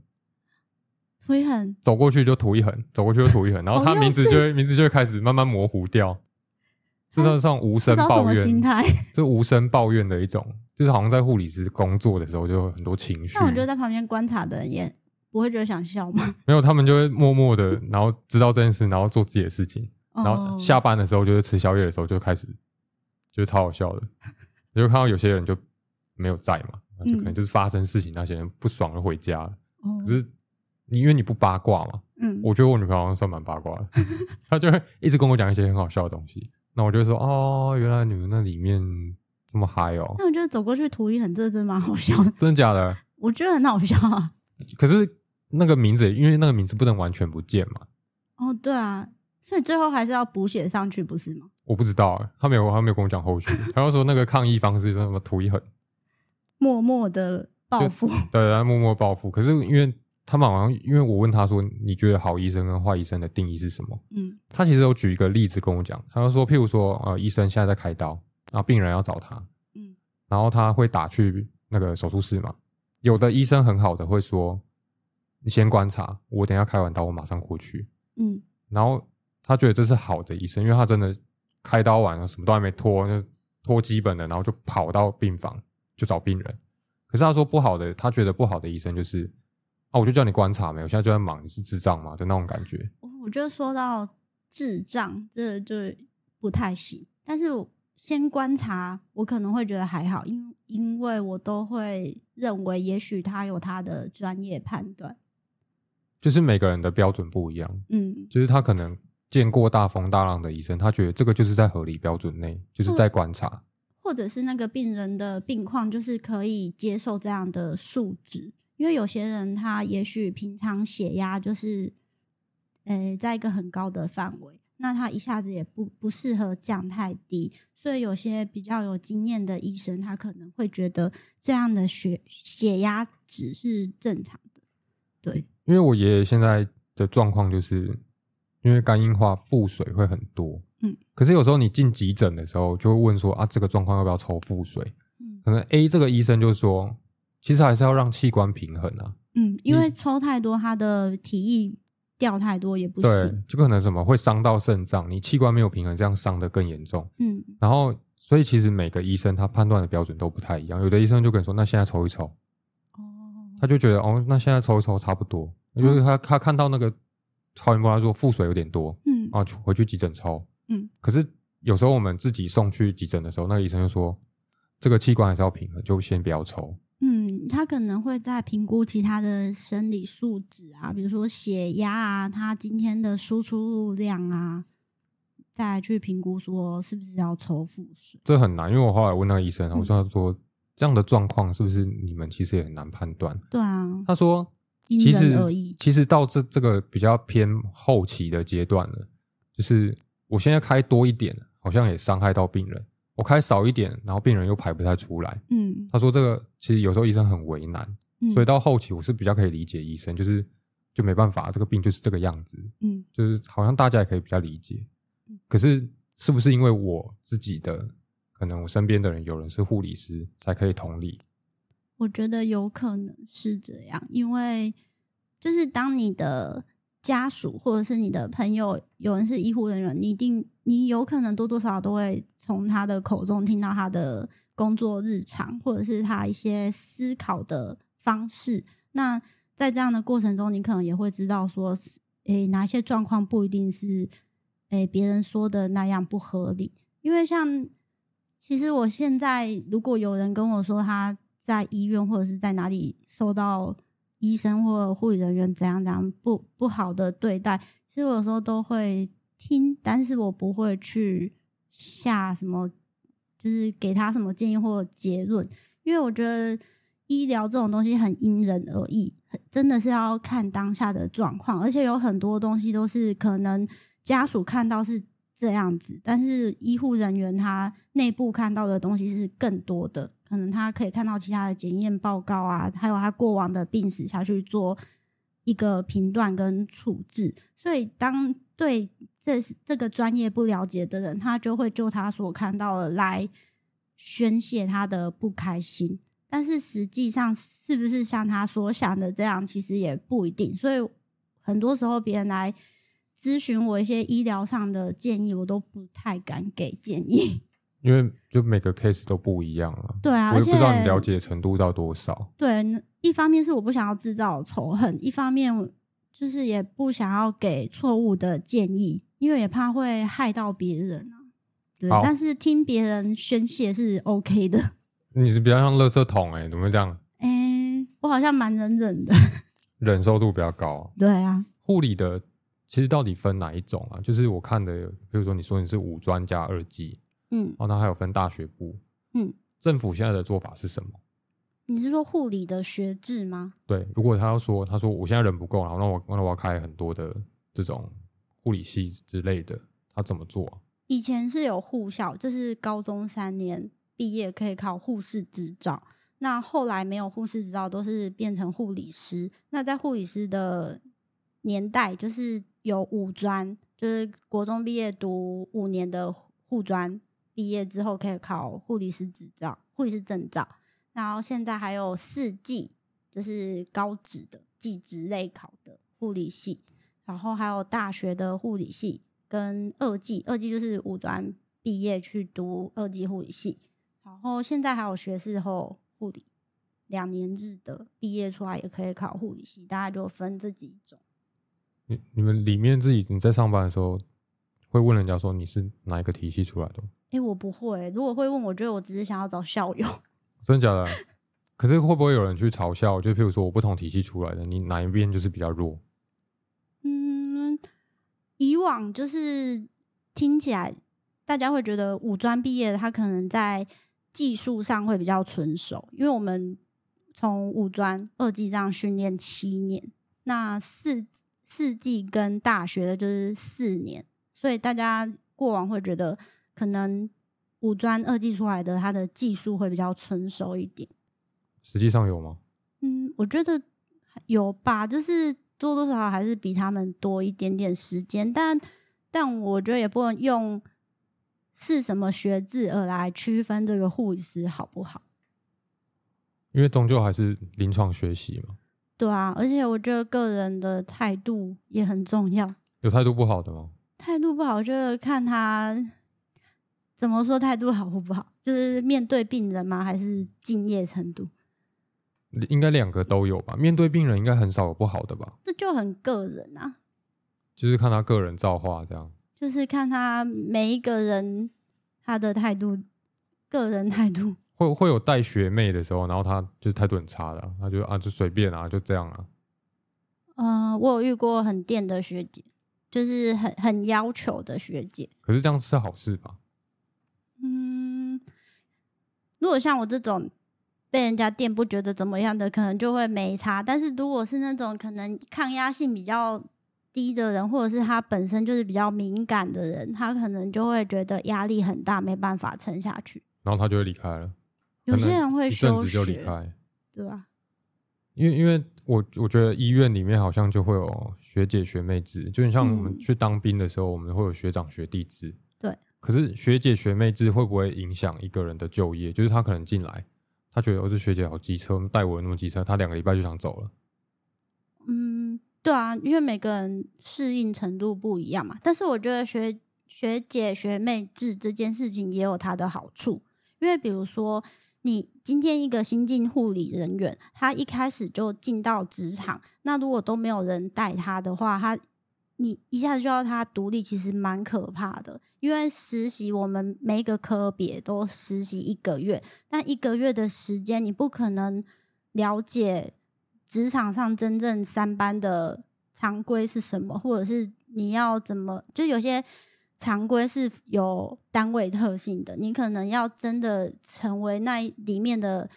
所以很
走过去就涂一横，走过去就涂一横，然后他
好幼稚
名字就会名字就会开始慢慢模糊掉。这算算无
不
声
知道什
抱
么
怨，
心态。
这无声抱怨的一种，就是好像在护理师工作的时候就有很多情绪
但，我觉得在旁边观察的人也不会觉得想笑嘛。
没有他们就会默默的，然后知道这件事，然后做自己的事情， 然
哦
后下班的时候就是吃宵夜的时候就开始，就超好笑的，你就看到有些人就没有在嘛，那就可能
嗯
就是发生事情，那些人不爽就回家了，
哦
可是。你因为你不八卦嘛，
嗯，
我觉得我女朋友好像算蛮八 卦的，她就会一直跟我讲一些很好笑的东西，那我就会说哦，原来你们那里面这么嗨哦，
但我觉得走过去图一很，这真蛮好笑的，
真的假的？
我觉得很好笑啊。
可是那个名字，因为那个名字不能完全不见嘛，
哦，对啊，所以最后还是要补写上去，不是吗？
我不知道、欸，他没有，他没有跟我讲后续，他就说那个抗议方式叫什么图一狠，
默默的报复，
对，然后默默报复。可是因为他们好像，因为我问他说，你觉得好医生跟坏医生的定义是什么？
嗯
他其实有举一个例子跟我讲，他就说，譬如说，呃，医生现在在开刀，然后病人要找他，
嗯
然后他会打去那个手术室嘛。有的医生很好的会说，你先观察，我等一下开完刀，我马上过去。
嗯，
然后他觉得这是好的医生，因为他真的开刀完了，什么都还没脱，就脱基本的，然后就跑到病房就找病人。可是他说不好的，他觉得不好的医生就是啊，我就叫你观察没有，我现在就在忙，你是智障吗的那种感觉。
我我觉得说到智障，这就不太行。但是我先观察，我可能会觉得还好，因因为我都会认为，也许他有他的专业判断。
就是每个人的标准不一样，
嗯，
就是他可能见过大风大浪的医生，他觉得这个就是在合理标准内，就是在观察。
或者是那个病人的病况，就是可以接受这样的数值，因为有些人他也许平常血压就是，呃、在一个很高的范围，那他一下子也不不适合降太低，所以有些比较有经验的医生，他可能会觉得这样的血血压值是正常的，对，
因为我爷爷现在的状况就是，因为肝硬化腹水会很多，
嗯，
可是有时候你进急诊的时候，就会问说啊，这个状况要不要抽腹水？
嗯
可能 A 这个医生就说，其实还是要让器官平衡啊，
嗯，因为抽太多，他的体液掉太多也不
对
行，，
就可能什么会伤到肾脏，你器官没有平衡，这样伤得更严重。
嗯
然后，所以其实每个医生他判断的标准都不太一样，有的医生就跟你说，那现在抽一抽，
哦，
他就觉得哦，那现在抽一抽差不多，就是他他看到那个超音波，他说腹水有点多，
嗯
啊，去回去急诊抽。
嗯，
可是有时候我们自己送去急诊的时候，那个医生就说，这个器官还是要平衡，就先不要抽。
嗯，他可能会在评估其他的生理数值啊，比如说血压啊，他今天的输出入量啊，再去评估说是不是要抽腹水。
这很难，因为我后来问那个医生，
嗯
我说他说、这样的状况是不是你们其实也很难判断？
对啊，
他说，
因
其实
人而异
其实到这这个比较偏后期的阶段了，就是我现在开多一点，好像也伤害到病人；我开少一点，然后病人又排不太出来。
嗯，
他说这个其实有时候医生很为难，
嗯
所以到后期我是比较可以理解医生，就是就没办法，这个病就是这个样子，
嗯
就是好像大家也可以比较理解
嗯。
可是是不是因为我自己的，可能我身边的人有人是护理师，才可以同理？
我觉得有可能是这样，因为就是当你的家属或者是你的朋友有人是医护人员，你一定你有可能多多少少都会从他的口中听到他的工作日常，或者是他一些思考的方式。那在这样的过程中，你可能也会知道说，诶、哪一些状况不一定是诶别人说的那样不合理，因为像其实我现在如果有人跟我说他在医院或者是在哪里受到医生或护理人员怎样怎样不不好的对待，其实我有时候都会听，但是我不会去下什么，就是给他什么建议或结论，因为我觉得医疗这种东西很因人而异，很真的是要看当下的状况，而且有很多东西都是可能家属看到是这样子，但是医护人员他内部看到的东西是更多的，可能他可以看到其他的检验报告啊，还有他过往的病史下去做一个评断跟处置，所以当对这这个专业不了解的人，他就会就他所看到的来宣泄他的不开心。但是实际上是不是像他所想的这样，其实也不一定。所以很多时候别人来咨询我一些医疗上的建议，我都不太敢给建议。
因为就每个 case 都不一样了，
对啊，
我
而
也
且
不知道你了解程度到多少。
对，那一方面是我不想要制造仇恨，一方面我就是也不想要给错误的建议，因为也怕会害到别人啊。对，
好
但是听别人宣泄是 OK 的。
你是比较像垃圾桶哎、欸，怎么会这样？
哎、我好像蛮忍忍的。
忍受度比较高啊、
对啊，
护理的其实到底分哪一种啊？就是我看的，比如说你说你是五专加二技，
嗯，
哦，那还有分大学部，
嗯，
政府现在的做法是什么？
你是说护理的学制吗？
对，如果他要说，他说我现在人不够，然后那我那我要开很多的这种护理系之类的，他怎么做啊、
以前是有护校，就是高中三年毕业可以考护士执照。那后来没有护士执照，都是变成护理师。那在护理师的年代，就是有五专，就是国中毕业读五年的护专，毕业之后可以考护理师执照、护理师证照。然后现在还有四技，就是高职的技职类考的护理系。然后还有大学的护理系跟二技，二技就是五专毕业去读二技护理系，然后现在还有学士后护理，两年制的，毕业出来也可以考护理系，大概就分这几种。
你你们里面自己你在上班的时候会问人家说你是哪一个体系出来的吗？
诶，我不会、如果会问，我觉得我只是想要找校友。
真的假的？可是会不会有人去嘲笑？就譬如说我不同体系出来的，你哪一边就是比较弱？
嗯，以往就是听起来大家会觉得五专毕业的他可能在技术上会比较纯熟，因为我们从五专二技这样训练七年，那四四技跟大学的就是四年，所以大家过往会觉得可能五专二技出来的他的技术会比较纯熟一点。
实际上有吗？
嗯，我觉得有吧，就是多多少少还是比他们多一点点时间，但但我觉得也不能用是什么学制而来区分这个护师好不好？
因为终究还是临床学习嘛，
对啊，而且我觉得个人的态度也很重要，
有态度不好的吗？
态度不好就是看他怎么说态度好或不好，就是面对病人吗？还是敬业程度？
应该两个都有吧。面对病人应该很少有不好的吧，
这就很个人啊。
就是看他个人造化这样。
就是看他每一个人他的态度，个人态度。
会会有带学妹的时候，然后他就是态度很差的啊、他就啊就随便啊就这样啊，
呃，我有遇过很电的学姐，就是很很要求的学姐。
可是这样是好事吧？
嗯，如果像我这种被人家电不觉得怎么样的，可能就会没差。但是如果是那种可能抗压性比较低的人，或者是他本身就是比较敏感的人，他可能就会觉得压力很大，没办法撑下去。
然后他就会离开了。
有些
可能
人会
一阵
休
子就离
学，
开，
对啊吧、
因为因为我我觉得医院里面好像就会有学姐学妹制，就很像我们
嗯
去当兵的时候，我们会有学长学弟制。
对。
可是学姐学妹制会不会影响一个人的就业？就是他可能进来，他觉得哦这学姐好机车，带我那么机车，他两个礼拜就想走了。
嗯，对啊，因为每个人适应程度不一样嘛。但是我觉得学学姐学妹制这件事情也有它的好处，因为比如说你今天一个新进护理人员，他一开始就进到职场，那如果都没有人带他的话，他你一下子就要他独立，其实蛮可怕的。因为实习我们每一个科别都实习一个月，但一个月的时间，你不可能了解职场上真正三班的常规是什么，或者是你要怎么，就有些常规是有单位特性的，你可能要真的成为那一里面的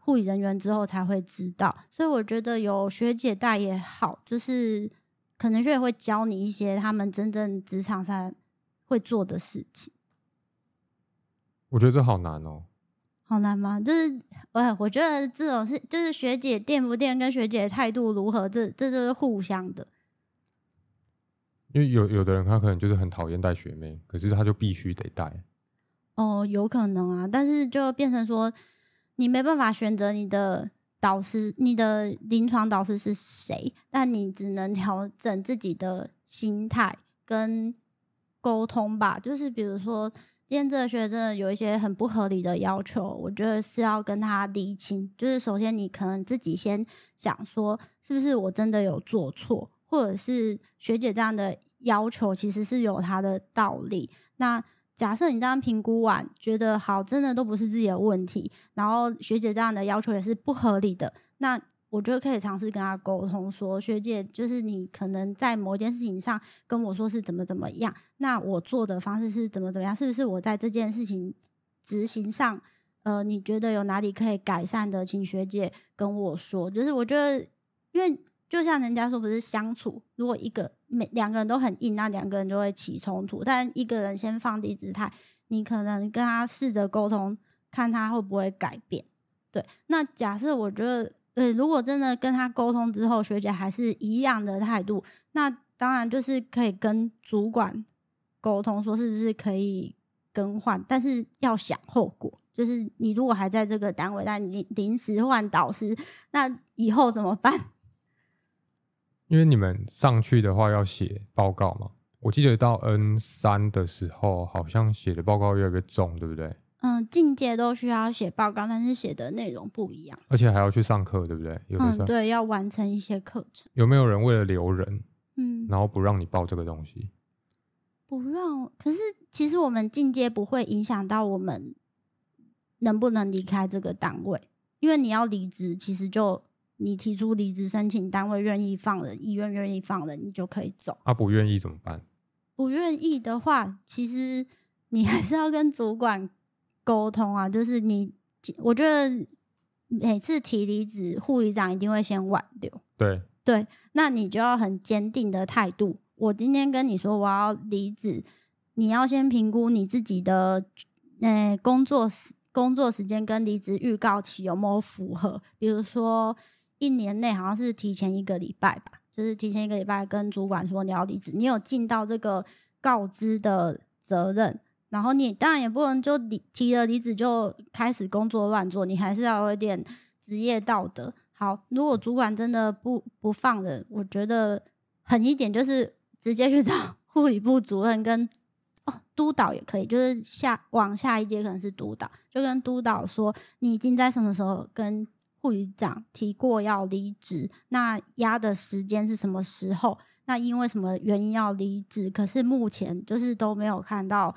护理人员之后才会知道。所以我觉得有学姐带也好，就是可能学姐会教你一些他们真正职场上会做的事情。
我觉得这好难哦。
好难吗？就是，哎我我觉得这种事就是学姐电不电跟学姐态度如何，这这就是互相的。
因为有有的人他可能就是很讨厌带学妹，可是他就必须得带。
哦，有可能啊，但是就变成说，你没办法选择你的导师，你的临床导师是谁，但你只能调整自己的心态跟沟通吧。就是比如说，今天这个学生有一些很不合理的要求，我觉得是要跟他厘清。就是首先，你可能自己先想说，是不是我真的有做错，或者是学姐这样的要求其实是有她的道理。那假设你这样评估完，觉得好，真的都不是自己的问题，然后学姐这样的要求也是不合理的，那我觉得可以尝试跟她沟通说，学姐，就是你可能在某一件事情上跟我说是怎么怎么样，那我做的方式是怎么怎么样，是不是我在这件事情执行上，呃，你觉得有哪里可以改善的，请学姐跟我说。就是我觉得，因为就像人家说，不是相处，如果一个每两个人都很硬，那两个人就会起冲突。但一个人先放低姿态，你可能跟他试着沟通，看他会不会改变。对，那假设我觉得，呃，如果真的跟他沟通之后，学姐还是一样的态度，那当然就是可以跟主管沟通，说是不是可以更换，但是要想后果。就是你如果还在这个单位，但你临时换导师，那以后怎么办？
因为你们上去的话要写报告嘛，我记得到 N 三的时候，好像写的报告越来越重，对不对？
嗯，进阶都需要写报告，但是写的内容不一样。
而且还要去上课，对不对？有没有
嗯，
算、
对，要完成一些课程。
有没有人为了留人，
嗯，
然后不让你报这个东西？
不让我。可是其实我们进阶不会影响到我们能不能离开这个单位，因为你要离职，其实就你提出离职申请，单位愿意放人，医院愿意放人，你就可以走。
啊，不愿意怎么办？
不愿意的话，其实你还是要跟主管沟通啊。就是你，我觉得每次提离职，护理长一定会先挽留。
对，
对，那你就要很坚定的态度。我今天跟你说我要离职，你要先评估你自己的呃工作时工作时间跟离职预告期有没有符合。比如说一年内好像是提前一个礼拜吧，就是提前一个礼拜跟主管说你要离职，你有尽到这个告知的责任。然后你当然也不能就离提了离职就开始工作乱做，你还是要有一点职业道德。好，如果主管真的不不放人，我觉得狠一点就是直接去找 护理部主任跟哦督导也可以，就是下往下一阶可能是督导，就跟督导说你已经在什么时候跟护理长提过要离职，那压的时间是什么时候？那因为什么原因要离职？可是目前就是都没有看到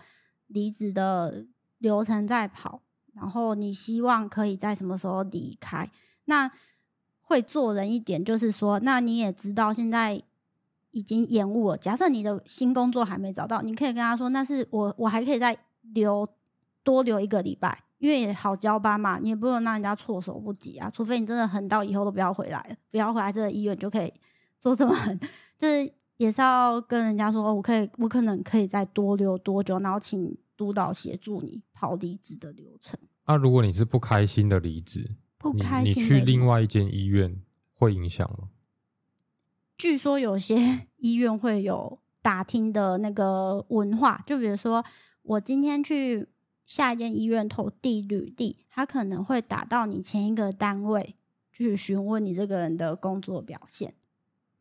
离职的流程在跑，然后你希望可以在什么时候离开？那会做人一点，就是说，那你也知道现在已经延误了。假设你的新工作还没找到，你可以跟他说，那是我我还可以再留多留一个礼拜，因为也好交班嘛，你也不能让人家措手不及啊。除非你真的狠到以后都不要回来了，不要回来这个医院就可以做这么狠，就是也是要跟人家说，哦我可以，我可能可以再多留多久，然后请督导协助你跑离职的流程。
那、啊如果你是不开心的离职，
不
你
开
你
心
去
的
另外一间医院会影响吗？
据说有些医院会有打听的那个文化，就比如说我今天去下一间医院投递履历，他可能会打到你前一个单位去询问你这个人的工作表现。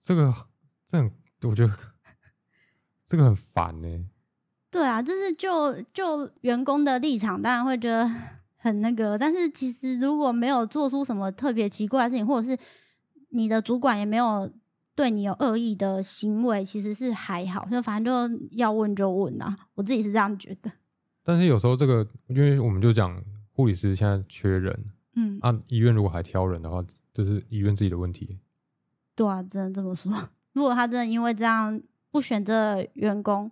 这个这很，我觉得 这个很烦欸呢、
对啊，就是就就员工的立场，当然会觉得很那个。但是其实如果没有做出什么特别奇怪的事情，或者是你的主管也没有对你有恶意的行为，其实是还好。就反正就要问就问啊，我自己是这样觉得。
但是有时候这个，因为我们就讲护理师现在缺人，
嗯，
啊，医院如果还挑人的话，这是医院自己的问题。
对啊，真的这么说。 如果他真的因为这样不选这员工，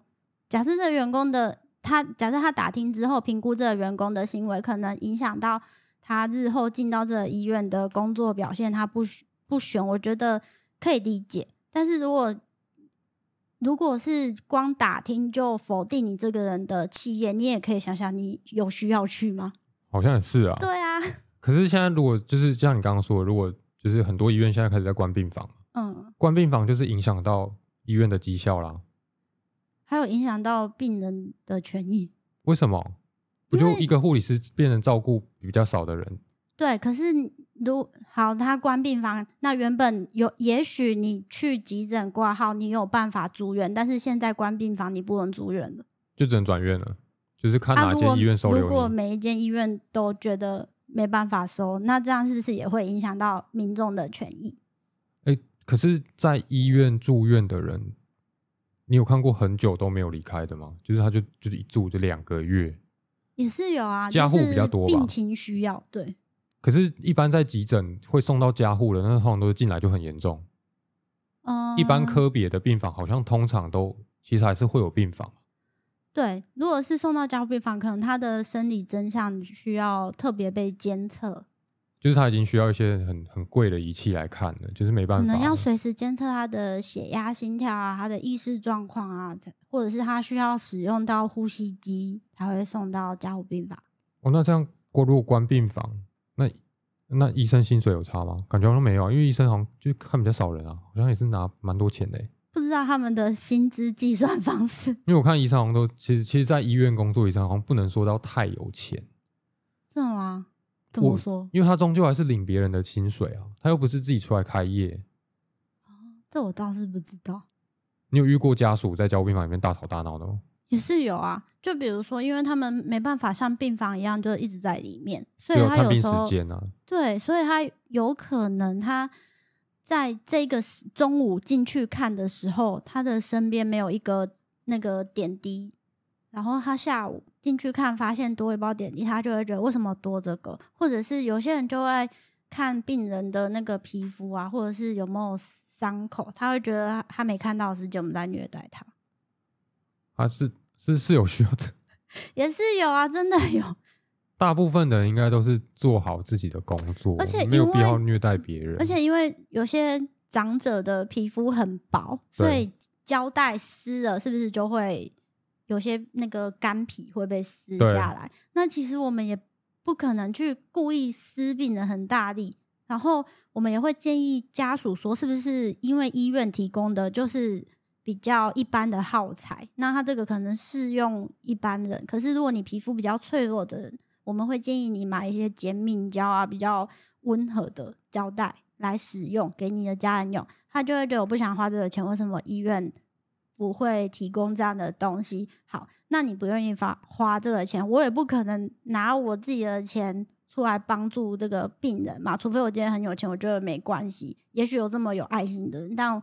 假设这员工的他，假设他打听之后评估这个员工的行为，可能影响到他日后进到这个医院的工作表现，他不选不选，我觉得可以理解。但是如果如果是光打听就否定你这个人的企业，你也可以想想，你有需要去吗？
好像也是啊，
对啊，
可是现在如果就是就像你刚刚说的，如果就是很多医院现在开始在关病房，
嗯，
关病房就是影响到医院的绩效啦。
还有影响到病人的权益。
为什么？不
因
就
为
一个护理师变成照顾比较少的人？
对，可是你如好，他关病房，那原本有，也许你去急诊挂号，你有办法住院，但是现在关病房，你不能住院了。
就只能转院了，就是看
啊，
哪
如
间
果
医院收
如果
留你。
每一间医院都觉得没办法收，那这样是不是也会影响到民众的权益？
可是，在医院住院的人，你有看过很久都没有离开的吗？就是他就就是一住就两个月。
也是有啊，
家
就
户
是
比较多吧
病情需要，对，
可是，一般在急诊会送到家护的，那通常都是进来就很严重。
嗯，
一般科别的病房好像通常都其实还是会有病房。
对，如果是送到加护病房，可能他的生理真相需要特别被监测，
就是他已经需要一些很很贵的仪器来看了，就是没
可
办法了，
能要随时监测他的血压、心跳啊，他的意识状况啊，或者是他需要使用到呼吸机才会送到加护病房。
哦，那这样过如果关病房，那那医生薪水有差吗？感觉好像没有啊，因为医生好像就是看比较少人啊，好像也是拿蛮多钱的欸。
不知道他们的薪资计算方式，
因为我看医生好像都其实其实，在医院工作，医生好像不能说到太有钱，
是吗？怎么
我
说？
因为他终究还是领别人的薪水啊，他又不是自己出来开业。
这我倒是不知道。
你有遇过家属在交病房里面大吵大闹的吗？
也是有啊，就比如说，因为他们没办法像病房一样就一直在里面，所以
有
他
看
有
病
时
时
候
间啊，
对，所以他有可能他在这个时中午进去看的时候，他的身边没有一个那个点滴，然后他下午进去看发现多一包点滴，他就会觉得为什么多这个，或者是有些人就会看病人的那个皮肤啊，或者是有没有伤口，他会觉得他他没看到的时间我们在虐待他，
他是是是有需要的。
也是有啊，真的有。
大部分的人应该都是做好自己的工作，
而且
没有
因
必要
为
虐待别人。
而且因为有些长者的皮肤很薄，
对
所以胶带撕了，是不是就会有些那个干皮会被撕
对
下来？那其实我们也不可能去故意撕病人很大力。然后我们也会建议家属说，是不是因为医院提供的就是比较一般的耗材，那它这个可能适用一般人。可是如果你皮肤比较脆弱的人，我们会建议你买一些减敏胶啊，比较温和的胶带来使用，给你的家人用。他就会觉得我不想花这个钱，为什么医院不会提供这样的东西？好，那你不愿意花花这个钱，我也不可能拿我自己的钱出来帮助这个病人嘛，除非我今天很有钱，我觉得没关系。也许有这么有爱心的人，但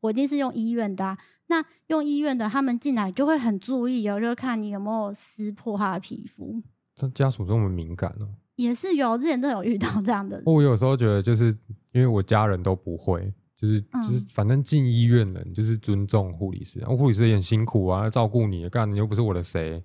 我一定是用医院的、啊。那用医院的，他们进来就会很注意哦，就看你有没有撕破他的皮肤。
他家属这么敏感哦、
也是有，之前真的有遇到这样的人，
我有时候觉得，就是因为我家人都不会，就是就是
嗯，
反正进医院了，你就是尊重护理师，啊护理师也很辛苦啊，照顾你，干你又不是我的 谁，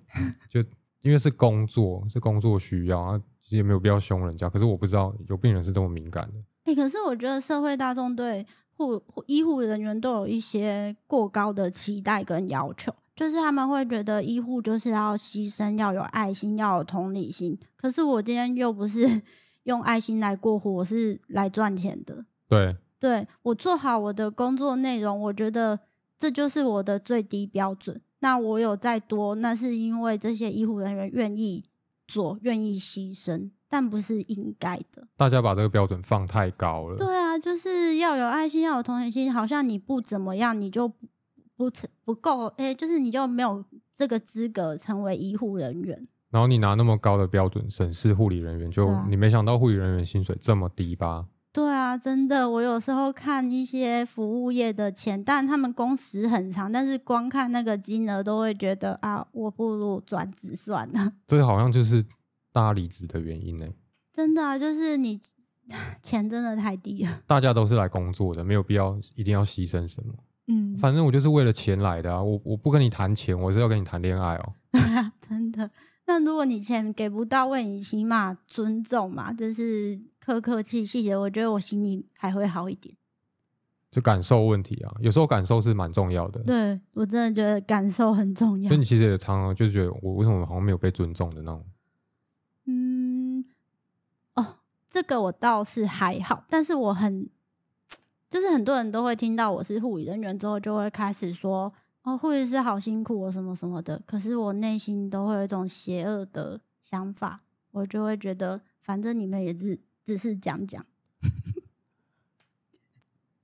就因为是工作，是工作需要啊，其实也没有必要凶人家。可是我不知道有病人是这么敏感的，
哎、可是我觉得社会大众对护护医护人员都有一些过高的期待跟要求，就是他们会觉得医护就是要牺牲，要有爱心，要有同理心。可是我今天又不是 用爱心来过活，我是来赚钱的。
对，
对我做好我的工作内容，我觉得这就是我的最低标准。那我有再多，那是因为这些医护人员愿意做，愿意牺牲，但不是应该的。
大家把这个标准放太高了。
对啊，就是要有爱心，要有同理心。好像你不怎么样，你就不不成不够，哎、就是你就没有这个资格成为医护人员。
然后你拿那么高的标准审视护理人员，就、
对啊
你没想到护理人员薪水这么低吧？
对啊，真的，我有时候看一些服务业的钱，但他们工时很长，但是光看那个金额都会觉得啊，我不如转职算了。
这好像就是大家离职的原因呢、
真的啊，就是你 钱真的太低了。
大家都是来工作的，没有必要一定要牺牲什么。
嗯，
反正我就是为了钱来的啊，我我不跟你谈钱，我是要跟你谈恋爱哦。
啊真的。那如果你钱给不到位，你起码尊重嘛，就是客客气气的，我觉得我心里还会好一点。
就感受问题啊，有时候感受是蛮重要的。，
对我真的觉得感受很重要
所以。你其实也常常就觉得我为什么好像没有被尊重的那种。
嗯，哦，这个我倒是还好，但是我很，就是很多人都会听到我是护理人员之后，就会开始说哦，护理师好辛苦哦，什么什么的。可是我内心都会有一种邪恶的想法，我就会觉得，反正你们也只只只是讲讲。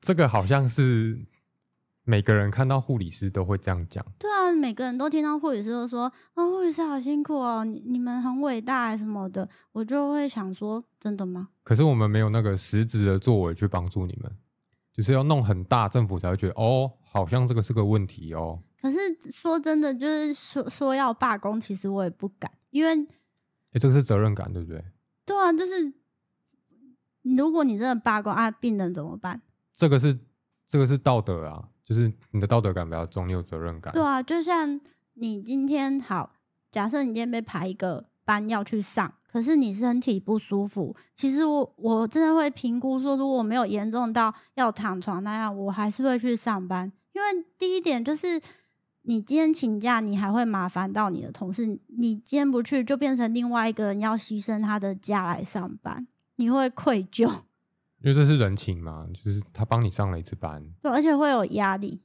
这个好像是每个人看到护理师都会这样讲，
对啊，每个人都听到护理师都说啊，护理师好辛苦哦，你你们很伟大什么的，我就会想说，真的吗？
可是我们没有那个实质的作为去帮助你们，就是要弄很大，政府才会觉得哦，好像这个是个问题哦。
可是说真的，就是说说要罢工，其实我也不敢，因为
哎，这个是责任感，对不对？
对啊，就是如果你真的罢工啊，病人怎么办？
这个是这个是道德啊，就是你的道德感比较重，你有责任感。
对啊，就像你今天好，假设你今天被排一个班要去上，可是你身体不舒服，其实我我真的会评估说，如果我没有严重到要躺床那样，我还是会去上班。因为第一点就是，你今天请假，你还会麻烦到你的同事，你今天不去，就变成另外一个人要牺牲他的假来上班，你会愧疚，
因为这是人情嘛，就是他帮你上了一次班，
对，而且会有压力。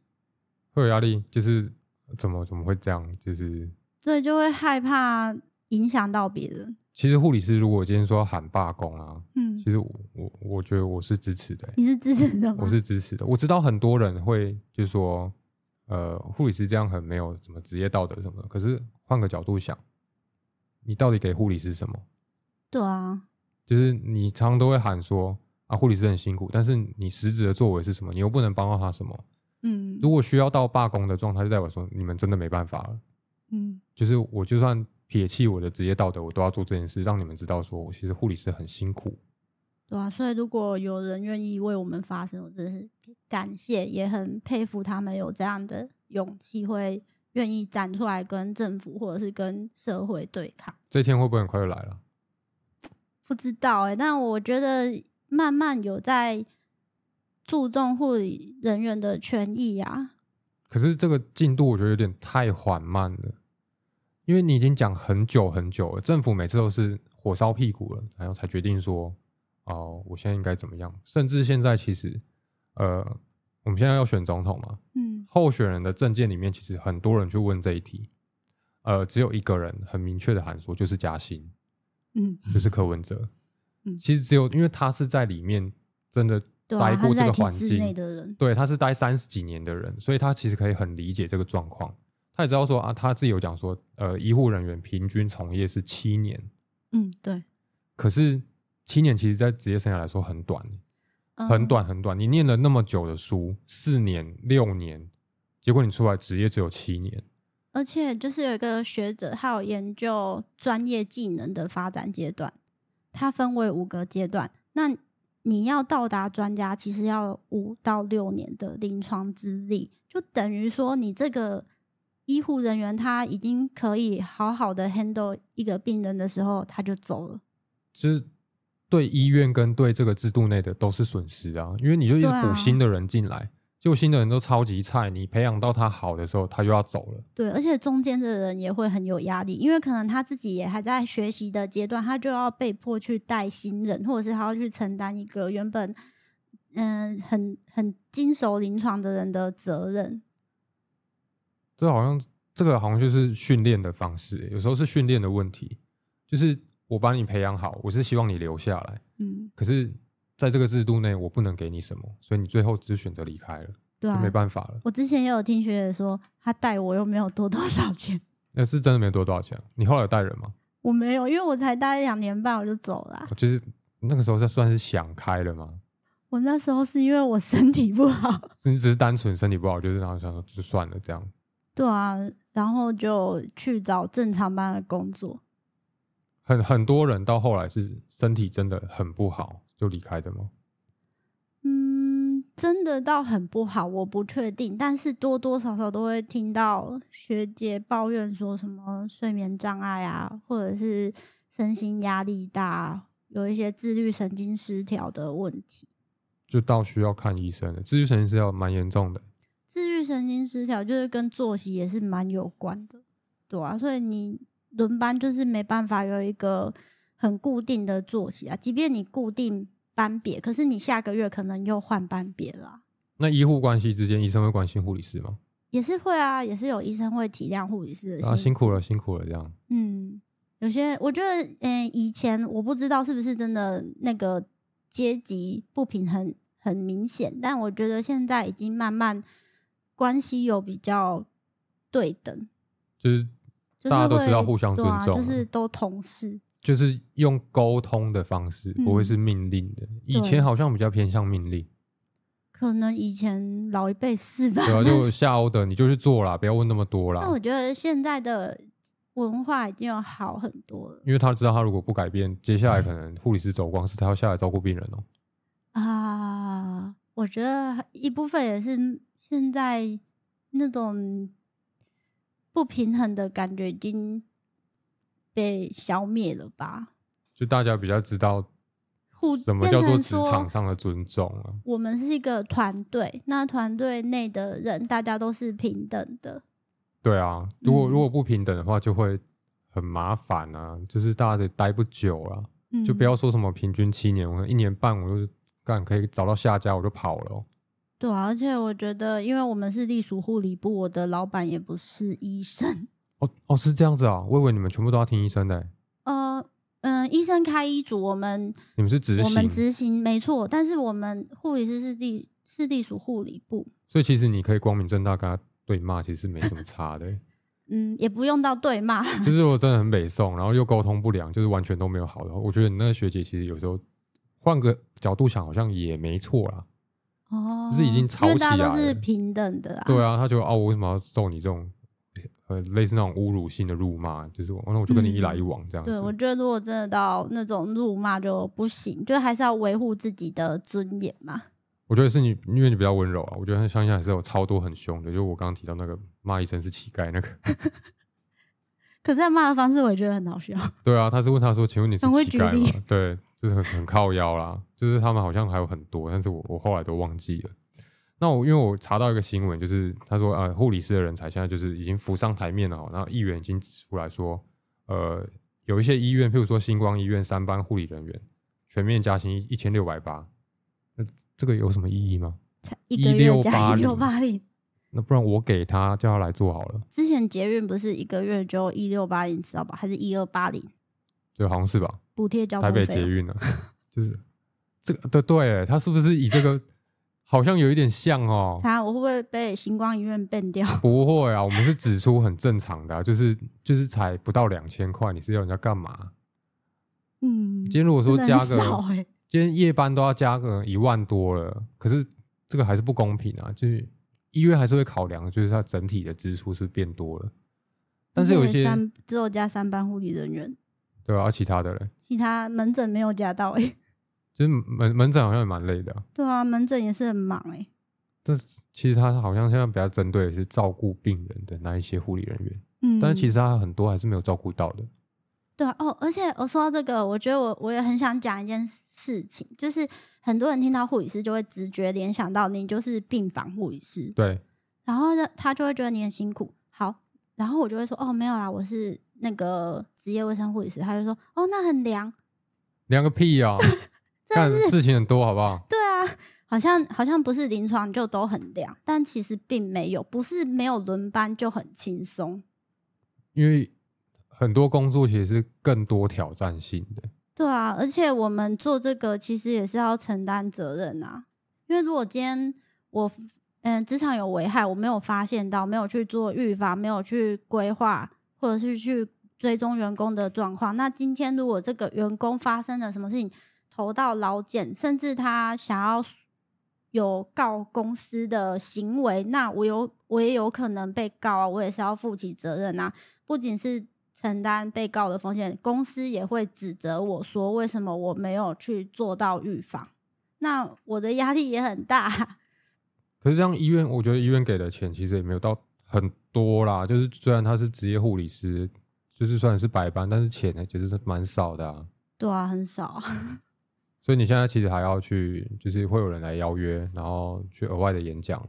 会有压力，就是怎么怎么会这样？就是
所以就会害怕影响到别人。
其实护理师如果今天说喊罢工啊，
嗯
其，实我我我觉得我是支持的欸、
你是支持的吗？
我是支持的。我知道很多人会就说，呃，护理师这样很没有什么职业道德什么的。可是换个角度想，你到底给护理师什么？
对啊，
就是你常常都会喊说啊，护理师很辛苦，但是你实质的作为是什么？你又不能帮到他什么。
嗯
如果需要到罢工的状态，就代表说你们真的没办法了。
嗯，
就是我就算撇弃我的职业道德，我都要做这件事，让你们知道说我其实护理师很辛苦。
对啊，所以如果有人愿意为我们发声，我真是感谢，也很佩服他们有这样的勇气，会愿意站出来跟政府或者是跟社会对抗。
这一天会不会很快就来了？
不知道哎、但我觉得慢慢有在注重护理人员的权益啊。
可是这个进度我觉得有点太缓慢了，因为你已经讲很久很久了，政府每次都是火烧屁股了，然后才决定说，哦，我现在应该怎么样？甚至现在其实，呃，我们现在要选总统嘛，
嗯
候选人的证件里面其实很多人去问这一题，呃，只有一个人很明确的喊说就是加 薪，
嗯，
就是柯文哲
嗯。
其实只有因为他是在里面真的
对啊，
待
他
过
是
这
在
个
体
环
制内
境，
的人，
对，他是待三十几年的人，所以他其实可以很理解这个状况。他也知道说啊，他自己有讲说，呃，医护人员平均从业是七年，
嗯，对，
可是七年其实在职业生涯来说很短，很
嗯
短很短。你念了那么久的书，四年六年，结果你出来职业只有七年，
而且就是有一个学者，他有研究专业技能的发展阶段，它分为五个阶段。那你要到达专家，其实要五到六年的临床资历，就等于说你这个医护人员他已经可以好好的 handle 一个病人的时候，他就走了。
就是对医院跟对这个制度内的都是损失啊，因为你就一直
对啊
补新的人进来，结果新的人都超级菜，你培养到他好的时候，他就要走了。
对，而且中间的人也会很有压力，因为可能他自己也还在学习的阶段，他就要被迫去带新人，或者是他要去承担一个原本嗯、很很经手临床的人的责任。
这好像这个好像就是训练的方式欸、有时候是训练的问题，就是我把你培养好，我是希望你留下来，
嗯，
可是在这个制度内，我不能给你什么，所以你最后只选择离开了，就
对啊
没。办法了。
我之前也有听学姐说，他带我又没有多多少钱，
那是真的没多多少钱。你后来有带人吗？
我没有，因为我才待两年半我就走了啊、
就是那个时候是算是想开了吗？
我那时候是因为我身体不好，
你只是单纯身体不好，就是然后想说就算了这样。
对啊，然后就去找正常班的工作。
很很多人到后来是身体真的很不好就离开的吗？
嗯，真的到很不好，我不确定，但是多多少少都会听到学姐抱怨说什么睡眠障碍啊，或者是身心压力大啊，有一些自律神经失调的问题。
就到需要看医生了，自律神经失调蛮严重的。
自律神经失调就是跟作息也是蛮有关的，对啊，所以你轮班就是没办法有一个很固定的作息啊，即便你固定班别，可是你下个月可能又换班别了啊。
那医护关系之间，医生会关心护理师吗？
也是会啊，也是有医生会体谅护理师的
啊，
辛
辛苦了，辛苦了，这样
呃嗯，有些我觉得，嗯、以前我不知道是不是真的那个阶级不平衡很明显，但我觉得现在已经慢慢关系有比较对等，
就是
就是
大家都知道
会
互相
对
尊
啊
重
就是
啊
都同事。
就是用沟通的方式，不会
嗯
是命令的。以
对
前好像比较偏向命令，
可能以前老一辈是吧？
对啊，就下 order 你就去做啦，不要问那么多啦
但。我觉得现在的文化已经有好很多了
因为他知道他如果不改变，接下来可能护理师走光是他要下来照顾病人哦、
啊。我觉得一部分也是现在那种不平衡的感觉已经被消灭了吧？
就大家比较知道
互
什么
变
叫做
成
职场
说
上的尊重啊。
我们是一个团队，那团队内的人大家都是平等的，
对啊，如果如
嗯
果不平等的话，就会很麻烦啊，就是大家得待不久啊啦，
嗯，
就不要说什么平均七年，我一年半我就干可以找到下家我就跑了哦、
对啊、而且我觉得，因为我们是隶属护理部，我的老板也不是医生，
哦哦，是这样子啊、我以为你们全部都要听医生的欸、
呃嗯、呃医生开医嘱，我们
你们是执
我们
行，
执行没错，但是我们护理师是隶是隶属护理部，
所以其实你可以光明正大跟他对骂，其实没什么差的欸、
嗯，也不用到对骂，
就是我真的很北宋，然后又沟通不良，就是完全都没有好的。我觉得你那个学姐其实有时候换个角度想，好像也没错啦。
哦，
就是已经吵
因
起
为大家
来
都是
了
平等的啊，
对啊，她就哦，我为什么要受你这种呃类似那种侮辱性的辱骂？就是我、哦那我就跟你一来一往这样子。
嗯对，我觉得如果真的到那种辱骂就不行，就还是要维护自己的尊严嘛。
我觉得是你，因为你比较温柔啊。我觉得乡下还是有超多很凶的，就我刚刚提到那个骂医生是乞丐那个。
可是他骂的方式，我也觉得很好笑。
对啊，他是问他说：“请问你是
很会
乞
举
丐
例
吗？”对，就是很很靠腰啦。就是他们好像还有很多，但是我我后来都忘记了。那我因为我查到一个新闻，就是他说呃，护理师的人才现在就是已经浮上台面了哦，然后议员已经指出来说，呃，有一些医院，譬如说星光医院三班护理人员全面加薪一千六百八，那这个有什么意义吗？
才一个月加一六八
1680
零，
那不然我给他叫他来做好了，
之前捷运不是一个月就一六八零，知道吧？还是一二八零
就好像是吧？
补贴交
台
通
北
费
捷
用？
运啊， 就是这个对对，他是不是以这个好像有一点像哦？
他我会不会被星光医院变掉？
不会啊，我们是指出很正常的、啊，就是就是才不到两千块，你是要人家干嘛？
嗯，
今天如果说
真的
加
很
个，
少欸
今天夜班都要加个一万多了，可是这个还是不公平啊，就是医院还是会考量，就是它整体的支出是不是变多了，但是有一
而且
些
三只有加三班护理人员，
对啊，其他的嘞，
其他门诊没有加到哎、
就是门门诊好像也蛮累的啊、
对啊，门诊也是很忙哎、
但是其实他好像现在比较针对的是照顾病人的那一些护理人员，
嗯，
但是其实他很多还是没有照顾到的。
对啊哦，而且我说到这个，我觉得我我也很想讲一件事情，就是很多人听到护理师就会直觉联想到你就是病房护理师，
对，
然后呢，他就会觉得你很辛苦。好，然后我就会说，哦，没有啦，我是那个职业卫生护理师。他就说，哦，那很凉。
量个屁 啊！干
真的是
事情很多，好不好？
对啊，好像好像不是临床就都很凉，但其实并没有，不是没有轮班就很轻松。
因为很多工作其实是更多挑战性的。
对啊，而且我们做这个其实也是要承担责任啊，因为如果今天我嗯职场有危害，我没有发现到，没有去做预防，没有去规划，或者是去追踪员工的状况，那今天如果这个员工发生了什么事情，投到劳检，甚至他想要有告公司的行为，那我有我也有可能被告啊，我也是要负起责任啊，不仅是承担被告的风险，公司也会指责我说为什么我没有去做到预防，那我的压力也很大。
可是像医院，我觉得医院给的钱其实也没有到很多啦。就是虽然他是职业护理师，就是虽然是白班，但是钱呢其实是蛮少的、啊。
对啊，很少 啊。
所以你现在其实还要去，就是会有人来邀约，然后去额外的演讲。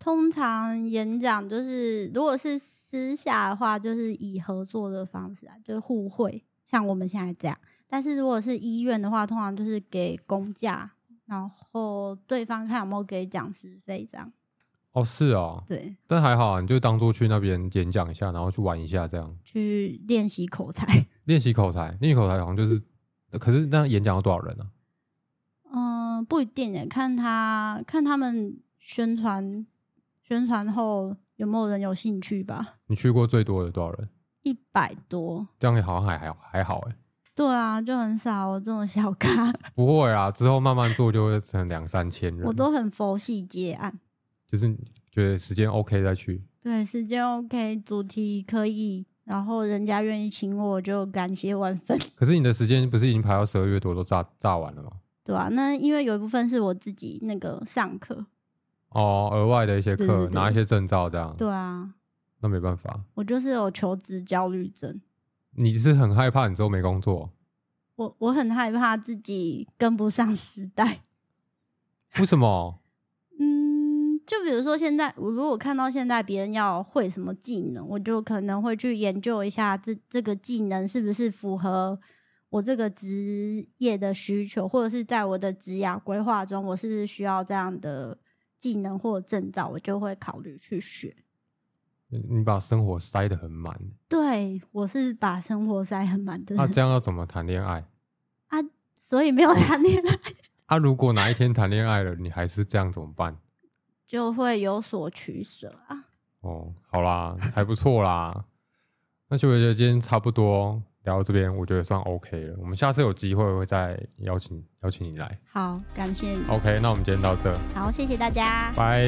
通常演讲就是，如果是私下的话，就是以合作的方式啊，就是互惠，像我们现在这样。但是如果是医院的话，通常就是给公价，然后对方看有没有给讲师费这样。
哦，是哦，
对，
但还好啊，你就当做去那边演讲一下，然后去玩一下，这样
去练习口才。
练习口才。练习口才好像就是，可是那演讲要多少人啊？
嗯，不一定诶，看他看他们宣传宣传后有没有人有兴趣吧。
你去过最多的多少人？
一百多，
这样好像还还还好 哎，
对啊，就很少哦这种小咖，
不会啊，之后慢慢做就会成两三千人。
我都很佛系接案。
就是觉得时间 OK 再去，
对，时间 OK，主题可以，然后人家愿意请我，我就感谢万分，
可是你的时间不是已经排到十二月多都炸炸完了吗？
对啊，那因为有一部分是我自己那个上课，
哦，额外的一些
对
课，
对对
拿一些证照这样，
对啊，
那没办法。
我就是有求职焦虑症，
你是很害怕你之后没工作？
我我很害怕自己跟不上时代。
为什么？
嗯，就比如说现在，我如果看到现在别人要会什么技能，我就可能会去研究一下这这个技能是不是符合我这个职业的需求，或者是在我的职涯规划中，我是不是需要这样的技能或证照，我就会考虑去学。
你你把生活塞得很 满，
对我是把生活塞很满的
那、
人，
啊这样要怎么谈恋爱？
所以没有谈恋爱
啊，如果哪一天谈恋爱了，你还是这样怎么办？
就会有所取舍啊。
哦，好啦，还不错啦。那就我觉得今天差不多聊到这边，我觉得算 OK 了。我们下次有机会会再邀请邀请你来。
好，感谢你，
OK，那我们今天到这，
好，谢谢大家，
拜。